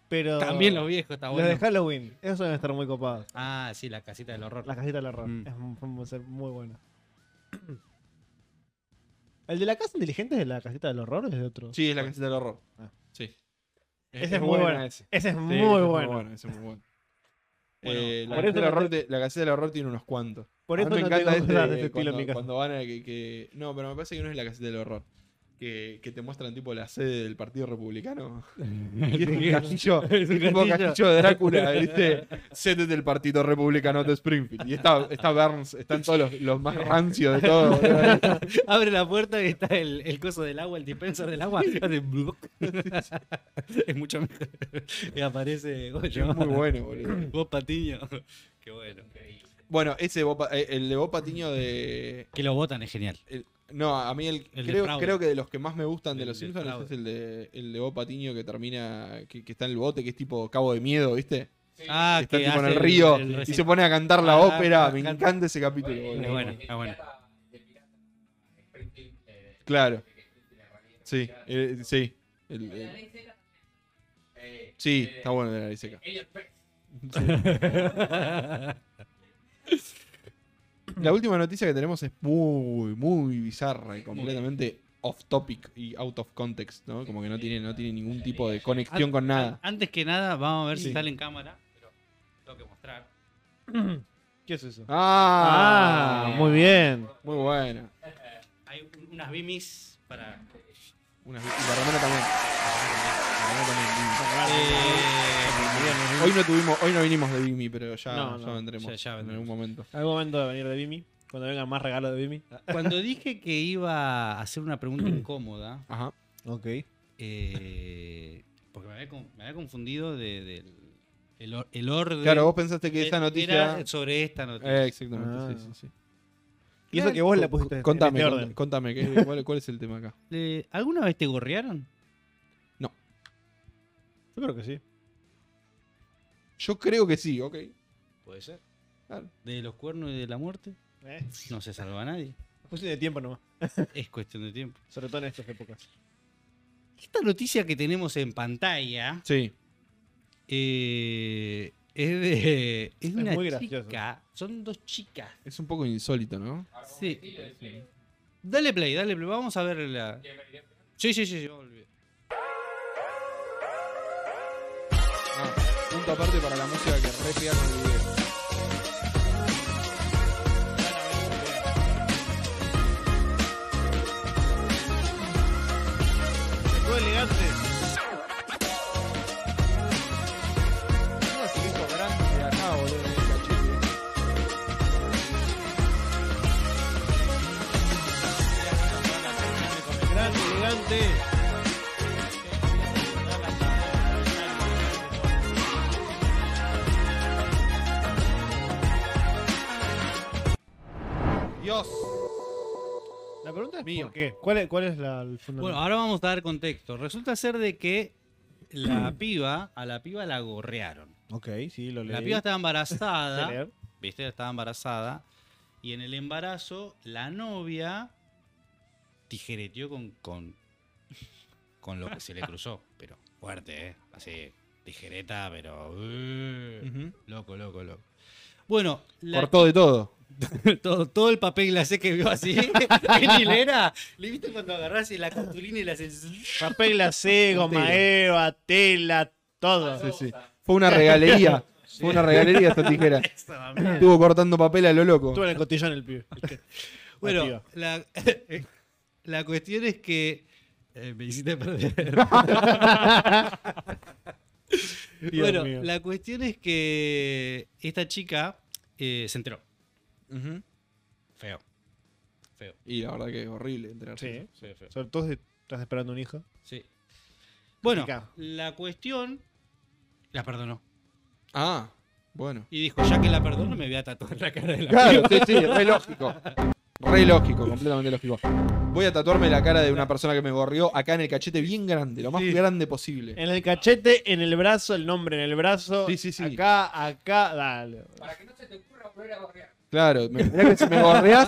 Speaker 3: Pero.
Speaker 1: También los viejos, está
Speaker 3: Los
Speaker 1: bueno.
Speaker 3: de Halloween. Esos deben estar muy copados.
Speaker 1: Ah, sí, la
Speaker 2: Mm.
Speaker 1: casita del horror.
Speaker 3: La casita del error.
Speaker 1: Mm.
Speaker 3: Es un- un- ser muy buena. ¿El de la casa inteligente es de la caseta del horror o es de otro?
Speaker 2: Sí, es la caseta del horror.
Speaker 3: Ah.
Speaker 2: Sí.
Speaker 3: Ese es, muy bueno. Ese,
Speaker 2: ese.
Speaker 3: es
Speaker 2: Sí,
Speaker 3: muy
Speaker 2: ese es
Speaker 3: bueno.
Speaker 2: ese es muy bueno.
Speaker 3: Bueno,
Speaker 2: Eh, la,
Speaker 3: por
Speaker 2: caseta
Speaker 3: eso
Speaker 2: del
Speaker 3: no
Speaker 2: horror te- la caseta del horror tiene unos cuantos.
Speaker 3: Por
Speaker 2: A
Speaker 3: eso
Speaker 2: mí me
Speaker 3: no
Speaker 2: encanta
Speaker 3: tengo cosas de
Speaker 2: este,
Speaker 3: ese estilo en mi
Speaker 2: cuando,
Speaker 3: casa.
Speaker 2: cuando van a que, que- No, pero me parece que no es la caseta del horror. Que, que te muestran tipo la sede del Partido Republicano. y es un castillo.
Speaker 3: Es un
Speaker 2: es tipo
Speaker 3: castillo.
Speaker 2: castillo de Drácula. ¿viste? Sede del Partido Republicano de Springfield. Y está, está Burns, están todos los, los más rancios de todos. boludo.
Speaker 1: Abre la puerta y está el, el coso del agua, el dispenser del agua. hace bluc. es mucho mejor. Y aparece ¿cómo se
Speaker 2: Es
Speaker 1: llama?
Speaker 2: muy bueno, boludo.
Speaker 1: Vos Patiño. Qué bueno.
Speaker 2: Bueno, ese Bob Pa- eh, el de Bob Patiño de.
Speaker 1: Que lo votan es genial.
Speaker 2: el- no, a mí el,
Speaker 1: El de
Speaker 2: creo,
Speaker 1: fraude.
Speaker 2: creo que de los que más me gustan de
Speaker 1: El
Speaker 2: los
Speaker 1: de
Speaker 2: Simpsons
Speaker 1: fraude.
Speaker 2: es el de, el de Bob Patiño que termina, que, que está en el bote, que es tipo cabo de miedo, ¿viste?
Speaker 1: Ah,
Speaker 2: que está
Speaker 1: que
Speaker 2: tipo en
Speaker 1: hace
Speaker 2: el río
Speaker 1: el
Speaker 2: y
Speaker 1: recital.
Speaker 2: se pone a cantar la
Speaker 1: Ah,
Speaker 2: ópera.
Speaker 1: ah,
Speaker 2: Me
Speaker 1: canta.
Speaker 2: encanta ese capítulo. boludo.
Speaker 1: Es bueno,
Speaker 6: de
Speaker 1: es bueno.
Speaker 6: pirata- de pirata, eh, Springfield, eh,
Speaker 2: Claro,
Speaker 6: de que Springfield era realista,
Speaker 2: sí,
Speaker 6: pirata.
Speaker 2: eh, sí. El-
Speaker 6: La de la
Speaker 2: el-
Speaker 6: ley seca también. Eh,
Speaker 2: sí,
Speaker 6: eh,
Speaker 2: está bueno de la Ariseca.
Speaker 6: Elliot Page.
Speaker 2: La última noticia que tenemos es muy, muy bizarra y completamente off topic y out of context, ¿no? Como que no tiene, no tiene ningún tipo de conexión con nada.
Speaker 1: Antes que nada, vamos a ver
Speaker 2: Sí.
Speaker 1: si sale en cámara. Pero tengo que mostrar.
Speaker 3: ¿Qué es eso?
Speaker 2: Ah,
Speaker 3: Ah, muy bien.
Speaker 2: muy buena.
Speaker 1: Hay un- unas bimis para.
Speaker 2: Una- y la remera también. La remera también,
Speaker 1: Eh,
Speaker 2: Bimmy. Hoy no tuvimos, hoy no vinimos de Bimmy, pero ya,
Speaker 3: No,
Speaker 2: ya
Speaker 3: no,
Speaker 2: vendremos
Speaker 1: ya- ya
Speaker 2: en
Speaker 1: vendremos.
Speaker 2: algún momento.
Speaker 3: Algún momento de venir de Bimi. Cuando vengan más regalos de Bimi.
Speaker 1: Cuando dije que iba a hacer una pregunta incómoda,
Speaker 2: Ajá.
Speaker 3: Ok.
Speaker 1: eh, porque me había, con- me había confundido de- del el, or- el orden.
Speaker 2: Claro, vos pensaste que
Speaker 1: eh,
Speaker 2: esa noticia.
Speaker 1: era sobre esta noticia.
Speaker 2: Eh, exactamente,
Speaker 3: Ah.
Speaker 2: sí, sí, sí.
Speaker 3: Y eso que vos la
Speaker 2: Co-
Speaker 3: pusiste en
Speaker 2: Contame,
Speaker 3: este
Speaker 2: cont-
Speaker 3: orden.
Speaker 2: contame, ¿qué- cuál, cuál es el tema acá?
Speaker 1: Eh, ¿Alguna vez te gorrearon?
Speaker 3: Yo creo que sí.
Speaker 2: Yo creo que sí, ok.
Speaker 1: Puede ser.
Speaker 2: Claro.
Speaker 1: ¿De los cuernos y de la muerte?
Speaker 3: Eh,
Speaker 1: No se salva a nadie.
Speaker 3: cuestión de tiempo nomás.
Speaker 1: Es cuestión de tiempo.
Speaker 3: Sobre todo en estas épocas.
Speaker 1: Esta noticia que tenemos en pantalla
Speaker 2: Sí.
Speaker 1: eh, es de, es de
Speaker 3: Es
Speaker 1: una
Speaker 3: muy gracioso.
Speaker 1: chica. Son dos chicas.
Speaker 2: Es un poco insólito, ¿no?
Speaker 1: Sí. Dale play, dale play. Vamos a ver la. Sí, sí, sí. sí, vamos al video.
Speaker 2: Ah, punto aparte para la música que re pega con el video.
Speaker 3: Todo elegante.
Speaker 2: Una circo grande de acá, boludo, en el cachete.
Speaker 3: Grande, elegante.
Speaker 2: Dios.
Speaker 3: La pregunta es
Speaker 2: Mío.
Speaker 3: ¿por qué? ¿Cuál es, cuál es la, el
Speaker 1: Bueno, ah,
Speaker 3: fundamento?
Speaker 1: ahora vamos a dar contexto. Resulta ser de que la piba, a la piba la gorrearon.
Speaker 3: ok, sí, lo leí.
Speaker 1: La piba estaba
Speaker 3: ¿Puedes
Speaker 1: embarazada.
Speaker 3: leer?
Speaker 1: ¿Viste? Estaba embarazada. Y en el embarazo, la novia tijereteó con, con, con lo que se le cruzó. Pero fuerte, ¿eh? Así, tijereta, pero. uh, Loco, loco, loco. Bueno, la
Speaker 2: Cortó de todo.
Speaker 1: todo, todo el papel glacé que vio así en hilera. ¿Le viste cuando agarrás la cartulina y la haces?
Speaker 3: Papel glacé, goma eva, tela, todo.
Speaker 2: Ah, Sí, sí. Fue una regalería. Fue una regalería esta tijera. Estuvo cortando papel a lo loco.
Speaker 3: Estuvo en el cotillón el pibe.
Speaker 1: Bueno,
Speaker 3: piba.
Speaker 1: la, eh, la cuestión es que. eh, me hiciste perder.
Speaker 3: Dios
Speaker 1: bueno,
Speaker 3: mío.
Speaker 1: la cuestión es que esta chica eh, se enteró.
Speaker 2: Ujú.
Speaker 1: Feo. Feo.
Speaker 2: Y la verdad que es horrible enterarse. de
Speaker 3: Sí.
Speaker 2: eso.
Speaker 1: Feo, feo.
Speaker 3: Sobre todo si estás esperando un hijo.
Speaker 1: Sí. Bueno,
Speaker 3: Complicado.
Speaker 1: la cuestión. La perdonó.
Speaker 2: Ah, bueno.
Speaker 1: Y dijo: Ya que la perdono, me voy a tatuar la cara de la
Speaker 2: Claro, sí, sí, re lógico. Re lógico, completamente lógico. Voy a tatuarme la cara de una persona que me gorrió acá en el cachete bien grande, lo más grande posible.
Speaker 3: En el cachete, en el brazo, el nombre en el brazo.
Speaker 2: Sí, sí, sí.
Speaker 3: Acá, acá, dale.
Speaker 6: Para que no se te ocurra volver a gorrear.
Speaker 2: Claro, me- mirá que si me gorreás,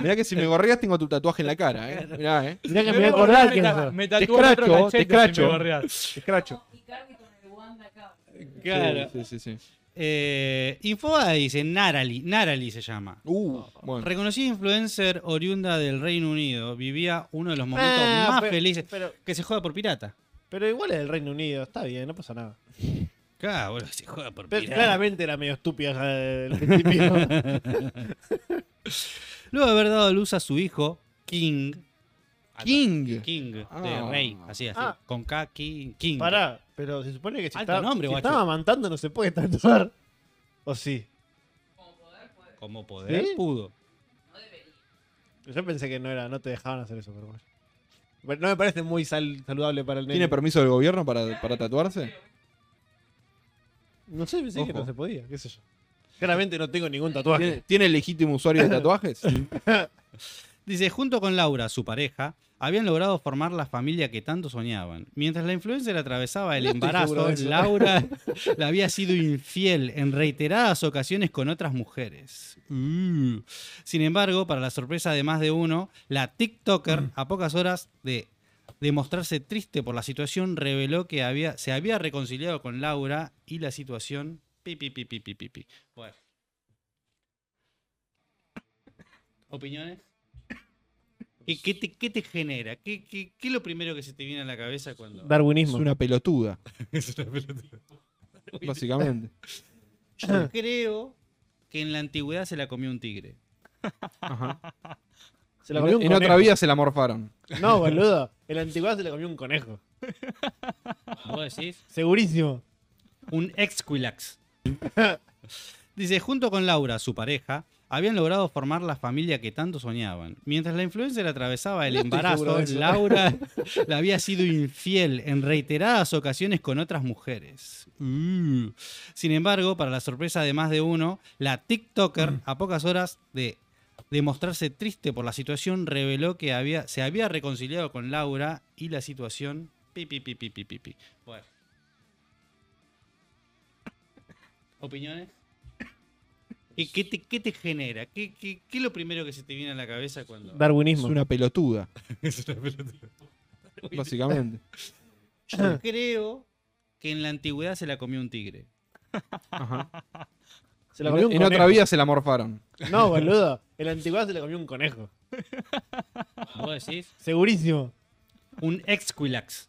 Speaker 2: mirá que si me gorreás tengo tu tatuaje en la cara, eh. Mirá, eh.
Speaker 3: Mirá que me
Speaker 4: Me
Speaker 3: voy a
Speaker 4: gorreás,
Speaker 3: acordar
Speaker 4: me
Speaker 3: quién
Speaker 4: ta-
Speaker 3: sos.
Speaker 4: Me
Speaker 2: Te
Speaker 4: tatúo otro
Speaker 2: escracho, te
Speaker 4: cachete si me
Speaker 2: escracho.
Speaker 4: gorreás.
Speaker 2: Te escracho.
Speaker 6: Y cargue con el guante acá.
Speaker 2: Sí, sí, sí. sí.
Speaker 1: Eh, Infobae dice Narali, Narali se llama.
Speaker 2: Uh,
Speaker 3: Oh,
Speaker 2: bueno.
Speaker 1: Reconocida influencer oriunda del Reino Unido, vivía uno de los momentos
Speaker 3: Ah,
Speaker 1: más
Speaker 3: pero-
Speaker 1: felices.
Speaker 3: Pero,
Speaker 1: Que se joda por pirata.
Speaker 3: pero igual es del Reino Unido, está bien, no pasa nada.
Speaker 1: Claro, boludo, se joda por
Speaker 3: Pero
Speaker 1: pirata.
Speaker 3: claramente era medio estúpida ya del principio.
Speaker 1: Luego de haber dado a luz a su hijo, King.
Speaker 2: King.
Speaker 1: King,
Speaker 2: Ah.
Speaker 1: de rey, así, así.
Speaker 3: Ah.
Speaker 1: Con K, King. King.
Speaker 3: Pará, pero se supone que si,
Speaker 1: Alto
Speaker 3: estaba,
Speaker 1: nombre,
Speaker 3: si
Speaker 1: guacho.
Speaker 3: estaba amamantando no se puede tatuar. ¿O sí?
Speaker 1: Como poder
Speaker 3: ¿Sí?
Speaker 1: pudo.
Speaker 3: Yo pensé que no era, no te dejaban hacer eso, pero bueno. Pero No me parece muy sal- saludable para el nene.
Speaker 2: ¿Tiene permiso del gobierno para, para tatuarse?
Speaker 3: No sé, pensé que
Speaker 2: Ojo.
Speaker 3: no se podía, qué sé yo. Claramente no tengo ningún tatuaje.
Speaker 2: ¿Tiene, tiene legítimo usuario de tatuajes?
Speaker 1: Dice, junto con Laura, su pareja, habían logrado formar la familia que tanto soñaban. Mientras la influencer atravesaba el
Speaker 3: No estoy seguro
Speaker 1: embarazo,
Speaker 3: de eso.
Speaker 1: Laura le había sido infiel en reiteradas ocasiones con otras mujeres. Uh. Sin embargo, para la sorpresa de más de uno, la
Speaker 3: Mm.
Speaker 1: TikToker, a pocas horas de, de mostrarse triste por la situación, reveló que había, se había reconciliado con Laura y la situación... Pi, pi, pi, pi, pi, pi, pi. Bueno. ¿Opiniones? ¿Qué, qué te, qué te genera? ¿Qué, qué, qué es lo primero que se te viene a la cabeza cuando.?
Speaker 2: Es
Speaker 3: Darwinismo.
Speaker 2: una pelotuda,
Speaker 1: Es una pelotuda.
Speaker 2: básicamente.
Speaker 1: Yo creo que en la antigüedad se la comió un tigre.
Speaker 2: Ajá.
Speaker 3: Se la comió un
Speaker 2: en otra
Speaker 3: conejo.
Speaker 2: vida se la morfaron.
Speaker 3: No, boludo. En la antigüedad se la comió un conejo.
Speaker 1: ¿Vos decís?
Speaker 3: Segurísimo.
Speaker 1: Un exquilax. Dice: junto con Laura, su pareja, habían logrado formar la familia que tanto soñaban. Mientras la influencer atravesaba el
Speaker 3: No estoy seguro
Speaker 1: embarazo,
Speaker 3: de eso.
Speaker 1: Laura le había sido infiel en reiteradas ocasiones con otras mujeres. Uh. Sin embargo, para la sorpresa de más de uno, la
Speaker 3: Mm.
Speaker 1: TikToker, a pocas horas de, de mostrarse triste por la situación, reveló que había, se había reconciliado con Laura y la situación. Pi, pi, pi, pi, pi, pi, pi. Bueno. ¿Opiniones? ¿Qué, qué te, qué te genera? ¿Qué, qué, qué es lo primero que se te viene a la cabeza cuando.?
Speaker 2: Es
Speaker 3: Darwinismo.
Speaker 2: una pelotuda,
Speaker 1: Es una pelotuda.
Speaker 2: básicamente.
Speaker 1: Yo creo que en la antigüedad se la comió un tigre.
Speaker 2: Ajá.
Speaker 3: Se
Speaker 2: En,
Speaker 3: la comió un
Speaker 2: en
Speaker 3: conejo.
Speaker 2: otra vida se la morfaron.
Speaker 3: No, boludo. En la antigüedad se la comió un conejo.
Speaker 1: ¿Vos decís?
Speaker 3: Segurísimo.
Speaker 1: Un exquilax.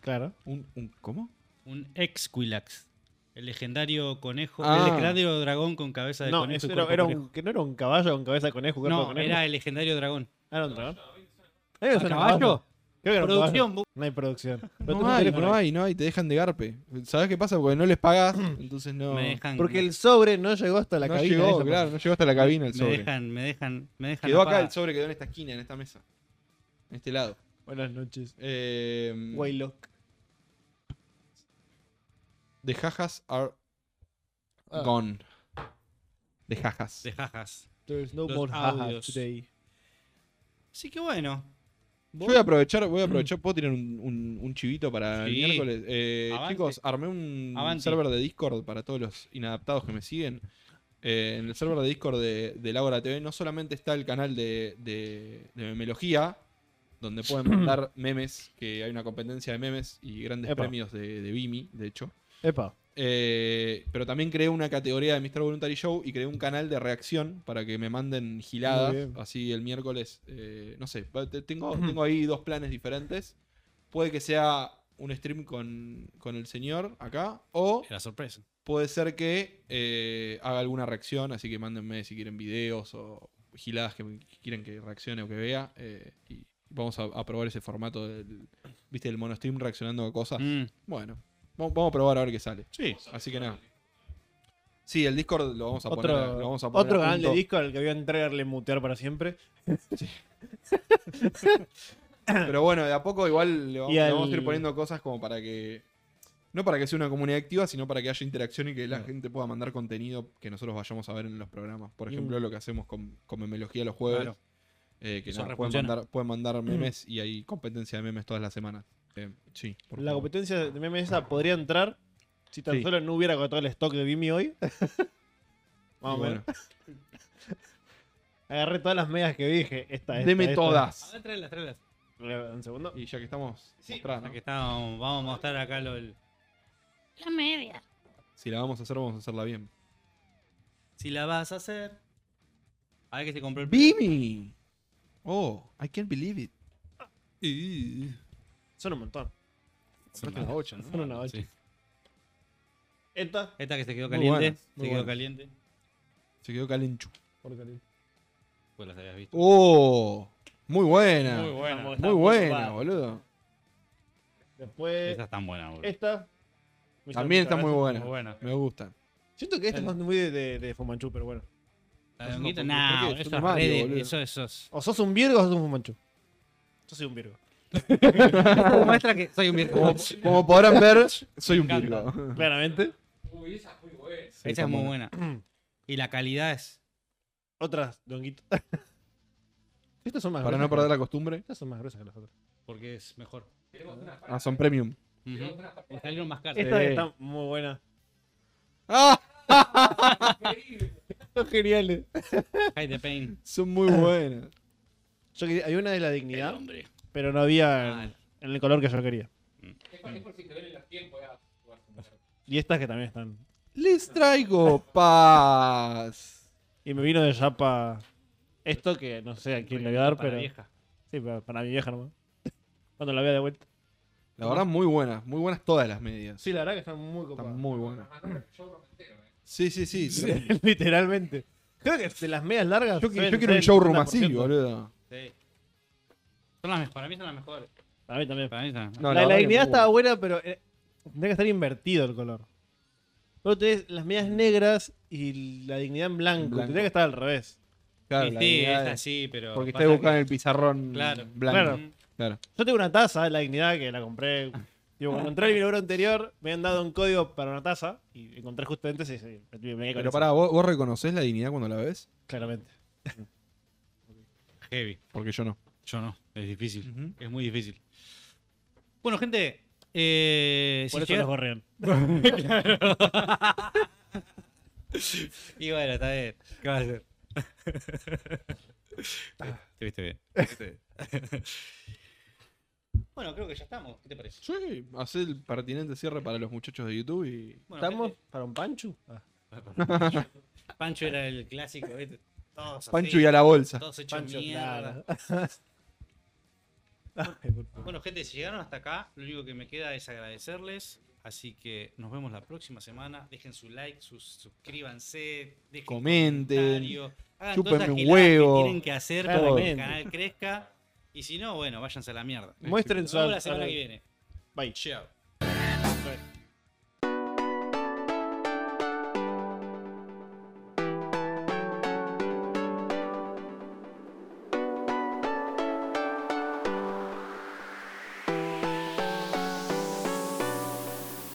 Speaker 3: Claro.
Speaker 2: Un, un- ¿Cómo?
Speaker 1: Un exquilax. El legendario conejo.
Speaker 2: Ah.
Speaker 1: El legendario dragón con cabeza de
Speaker 3: No,
Speaker 1: conejo.
Speaker 3: eso
Speaker 1: y
Speaker 3: era,
Speaker 1: cuerpo
Speaker 3: era
Speaker 1: de
Speaker 3: un, que no era un caballo con cabeza de conejo,
Speaker 1: conejo.
Speaker 3: cuerpo
Speaker 1: No,
Speaker 3: de conejo. Ah,
Speaker 1: era el legendario dragón.
Speaker 3: Era un dragón. Era un
Speaker 1: ¿A
Speaker 3: dragón.
Speaker 1: caballo?
Speaker 3: Creo que era un caballo.
Speaker 1: Producción. bu-
Speaker 3: No hay producción. Pero tengo
Speaker 2: No
Speaker 3: un
Speaker 2: hay,
Speaker 3: teléfono
Speaker 2: no
Speaker 3: ahí.
Speaker 2: hay, no hay. Te dejan de garpe. ¿Sabes qué pasa? Porque no les pagas, entonces no.
Speaker 1: Me dejan.
Speaker 3: Porque el sobre no llegó hasta la
Speaker 2: no
Speaker 3: cabina.
Speaker 2: llegó,
Speaker 3: esa
Speaker 2: claro, no llegó hasta la cabina el
Speaker 1: me
Speaker 2: sobre.
Speaker 1: dejan, me dejan, me dejan.
Speaker 2: Quedó acá,
Speaker 1: apagado.
Speaker 2: el sobre quedó en esta esquina, en esta mesa. En este lado.
Speaker 3: parte. Buenas noches.
Speaker 2: Eh,
Speaker 3: Waylock.
Speaker 2: the jajas are
Speaker 3: Ah.
Speaker 2: gone. The jajas.
Speaker 1: De jajas.
Speaker 3: There's no
Speaker 1: Los
Speaker 3: more jajas
Speaker 1: audios.
Speaker 3: today.
Speaker 1: Así que bueno.
Speaker 2: Yo voy a aprovechar, voy a aprovechar, puedo tirar un, un- un chivito para el
Speaker 1: Sí.
Speaker 2: miércoles. Eh,
Speaker 1: Avante.
Speaker 2: chicos, armé un
Speaker 1: Avante.
Speaker 2: server de Discord para todos los inadaptados que me siguen. Eh, en el server de Discord de, de Laura TV no solamente está el canal de, de, de memelogía, donde pueden mandar memes, que hay una competencia de memes y grandes
Speaker 3: Epa.
Speaker 2: premios de, de Vimi, de hecho.
Speaker 3: Epa.
Speaker 2: Eh, pero también creé una categoría de Mr. Voluntary Show y creé un canal de reacción para que me manden giladas.
Speaker 3: Muy bien.
Speaker 2: Así el miércoles, eh, no sé, va- te- tengo, tengo ahí dos planes diferentes. Puede que sea un stream con, con el señor acá o
Speaker 1: Era sorpresa.
Speaker 2: puede ser que eh, haga alguna reacción, así que mándenme si quieren videos o giladas que me- que quieren que reaccione o que vea. eh, y vamos a, a probar ese formato del, ¿viste? El monostream reaccionando a cosas.
Speaker 1: Mm.
Speaker 2: Bueno, vamos, vamos a probar a ver qué sale.
Speaker 1: Sí.
Speaker 2: Así que nada. Sí, el Discord lo vamos a
Speaker 3: Otro,
Speaker 2: poner. Lo vamos a poner
Speaker 3: otro
Speaker 2: a
Speaker 3: canal de
Speaker 2: punto.
Speaker 3: Discord al que voy a entregarle mutear para siempre.
Speaker 2: Pero bueno, de a poco igual le vamos,
Speaker 3: Y
Speaker 2: le
Speaker 3: al-
Speaker 2: vamos a ir poniendo cosas como para que. No para que sea una comunidad activa, sino para que haya interacción y que la gente pueda mandar contenido que nosotros vayamos a ver en los programas. Por
Speaker 3: Y
Speaker 2: ejemplo, lo que hacemos con, con Memelogía los jueves.
Speaker 1: Claro.
Speaker 2: eh, que
Speaker 1: Eso
Speaker 2: nada, pueden,
Speaker 1: refunciona.
Speaker 2: mandar, pueden
Speaker 3: Mm.
Speaker 2: mandar memes y hay competencia de memes todas las semanas. Eh, sí, por
Speaker 3: La
Speaker 2: favor.
Speaker 3: competencia de meme esa podría entrar si tan
Speaker 2: Sí.
Speaker 3: solo no hubiera agotado el stock de Vimeo hoy.
Speaker 2: Y
Speaker 3: Vamos a ver.
Speaker 2: bueno,
Speaker 3: Agarré todas las medias que dije. Esta, esta,
Speaker 2: Deme
Speaker 3: esta.
Speaker 1: A
Speaker 2: todas.
Speaker 1: ver, tráelas, tráelas.
Speaker 3: Eh, Un segundo.
Speaker 2: Y ya que estamos. mostrá, ¿no?
Speaker 1: Acá está, vamos a mostrar acá lo, el-
Speaker 7: La media.
Speaker 2: Si la vamos a hacer, vamos a hacerla bien.
Speaker 1: Si la vas a hacer. A ver que se compró el
Speaker 2: ¡Bimi! Oh, I can't believe it.
Speaker 3: Son un montón.
Speaker 2: Son las 8, ¿no?
Speaker 3: Son una ocho.
Speaker 1: Sí.
Speaker 3: Esta.
Speaker 1: Esta que se quedó
Speaker 2: Muy
Speaker 1: caliente.
Speaker 2: buenas,
Speaker 1: se
Speaker 2: muy
Speaker 1: quedó
Speaker 2: buenas.
Speaker 1: caliente.
Speaker 2: Se quedó calencho.
Speaker 1: Pues las habías visto.
Speaker 2: ¡Oh! Muy buena.
Speaker 4: Muy bueno.
Speaker 2: Ah, Muy buena, boludo.
Speaker 3: Después,
Speaker 1: Esa es tan buena, boludo.
Speaker 3: esta. Me
Speaker 2: También está
Speaker 3: hicieron
Speaker 2: muy
Speaker 3: muchas gracias.
Speaker 2: buena.
Speaker 4: Muy buena.
Speaker 2: Me gusta.
Speaker 3: Siento que esta es más muy de, de, de Fumanchu, pero bueno.
Speaker 1: La
Speaker 2: No,
Speaker 1: de honguito,
Speaker 2: porque-
Speaker 1: nah,
Speaker 2: porque
Speaker 1: boludo,
Speaker 2: son
Speaker 1: eso es
Speaker 2: Mario,
Speaker 1: re de-
Speaker 2: boludo.
Speaker 1: eso, eso es-
Speaker 3: O sos un Virgo o sos un Fumanchu. Yo soy un Virgo.
Speaker 1: Muestra que soy un virgo.
Speaker 2: Como, como podrán ver, soy un
Speaker 4: encanta.
Speaker 2: virgo.
Speaker 3: Claramente.
Speaker 6: Uy, esa es muy buena.
Speaker 2: Sí,
Speaker 1: Esa
Speaker 2: está
Speaker 1: es muy buena. Y la calidad es.
Speaker 3: Otras, donguito. Estas son más
Speaker 2: Para no
Speaker 3: gruesas.
Speaker 2: perder la costumbre.
Speaker 3: Estas son más gruesas que las otras.
Speaker 1: Porque es mejor.
Speaker 6: Tenemos una
Speaker 2: Ah, son premium.
Speaker 1: Ujú. Me salieron más caras.
Speaker 3: Esta
Speaker 2: Sí.
Speaker 3: está muy buena.
Speaker 2: ¡Ah!
Speaker 3: Son geniales.
Speaker 1: Hide the pain.
Speaker 2: Son muy buenas.
Speaker 3: Yo quería, había una de la
Speaker 1: El
Speaker 3: dignidad,
Speaker 1: hombre.
Speaker 3: pero no había en,
Speaker 1: Ah,
Speaker 3: en el color que yo quería.
Speaker 6: Es por- es por si te duelen los tiempos. ya.
Speaker 3: Y estas que también están.
Speaker 2: Les traigo paz.
Speaker 3: Y me vino de Yapa esto que no sé a quién le voy a dar,
Speaker 4: Para
Speaker 3: pero.
Speaker 4: vieja.
Speaker 3: Sí, para, para mi vieja nomás. Cuando la vea de vuelta.
Speaker 2: La verdad, muy buenas. Muy buenas todas las medias.
Speaker 3: Sí, la verdad que están muy copadas.
Speaker 2: Están muy buenas. Sí, sí, sí.
Speaker 3: Literalmente. Creo que de las medias largas.
Speaker 2: Yo, que-
Speaker 3: deben
Speaker 2: yo quiero un
Speaker 3: ser
Speaker 2: showroom
Speaker 3: 70%.
Speaker 2: así, boludo.
Speaker 1: sí. Son las mejores. Para mí son las mejores.
Speaker 3: Para mí también.
Speaker 1: Para mí son las mejores.
Speaker 2: No,
Speaker 3: la de la
Speaker 2: verdad que
Speaker 3: dignidad
Speaker 2: muy
Speaker 3: estaba
Speaker 2: buena.
Speaker 3: buena, pero eh, tendría que estar invertido el color. Luego tenés las medias negras y la dignidad en blanco.
Speaker 2: En blanco.
Speaker 3: Tendría que estar al revés.
Speaker 2: Claro,
Speaker 1: Y
Speaker 2: la
Speaker 1: sí,
Speaker 2: dignidad
Speaker 1: es
Speaker 2: es-
Speaker 1: así, pero.
Speaker 2: Porque está
Speaker 1: pasa
Speaker 2: buscando en el pizarrón
Speaker 1: Claro.
Speaker 2: blanco.
Speaker 3: Claro.
Speaker 2: Claro.
Speaker 3: Yo tengo una taza de la dignidad que la compré. Digo, cuando entré al mi laburo anterior, me han dado un código para una taza y encontré justamente ese. ese- me tuve- me quedé con
Speaker 2: Pero
Speaker 3: ese,
Speaker 2: pará, ¿vos, vos reconocés la dignidad cuando la ves?
Speaker 3: Claramente.
Speaker 1: que heavy.
Speaker 2: Porque yo no.
Speaker 1: Yo no. Es difícil.
Speaker 2: Ujú.
Speaker 1: Es muy difícil. Bueno, gente. Eh, si
Speaker 3: Por eso
Speaker 1: llegas-
Speaker 3: los borrean.
Speaker 1: Y bueno, está bien. ¿Qué vas a hacer? Ah. te viste bien. te viste bien. bueno, creo que ya estamos. ¿Qué te parece?
Speaker 2: Sí, hacer el pertinente cierre para los muchachos de YouTube y.
Speaker 1: Bueno,
Speaker 3: ¿Estamos para un panchu? Ah,
Speaker 1: gente, Pancho era el clásico, ¿viste? Todos así,
Speaker 2: Pancho y a la bolsa.
Speaker 1: Todos hechos
Speaker 3: pancho,
Speaker 1: mierda.
Speaker 3: claro. Ay, por favor.
Speaker 1: Bueno, gente, si llegaron hasta acá, lo único que me queda es agradecerles. Así que nos vemos la próxima semana. Dejen su like, sus, suscríbanse, dejen
Speaker 2: Comenten,
Speaker 1: comentario, hagan
Speaker 2: chúpenme
Speaker 1: todas esas
Speaker 2: un
Speaker 1: giladas
Speaker 2: huevo.
Speaker 1: que tienen que hacer para que
Speaker 2: Claramente.
Speaker 1: el canal crezca. Y si no, bueno, váyanse a la mierda.
Speaker 3: Muestren
Speaker 1: Nos
Speaker 3: su
Speaker 1: vemos la semana que viene.
Speaker 3: Bye.
Speaker 1: Chao.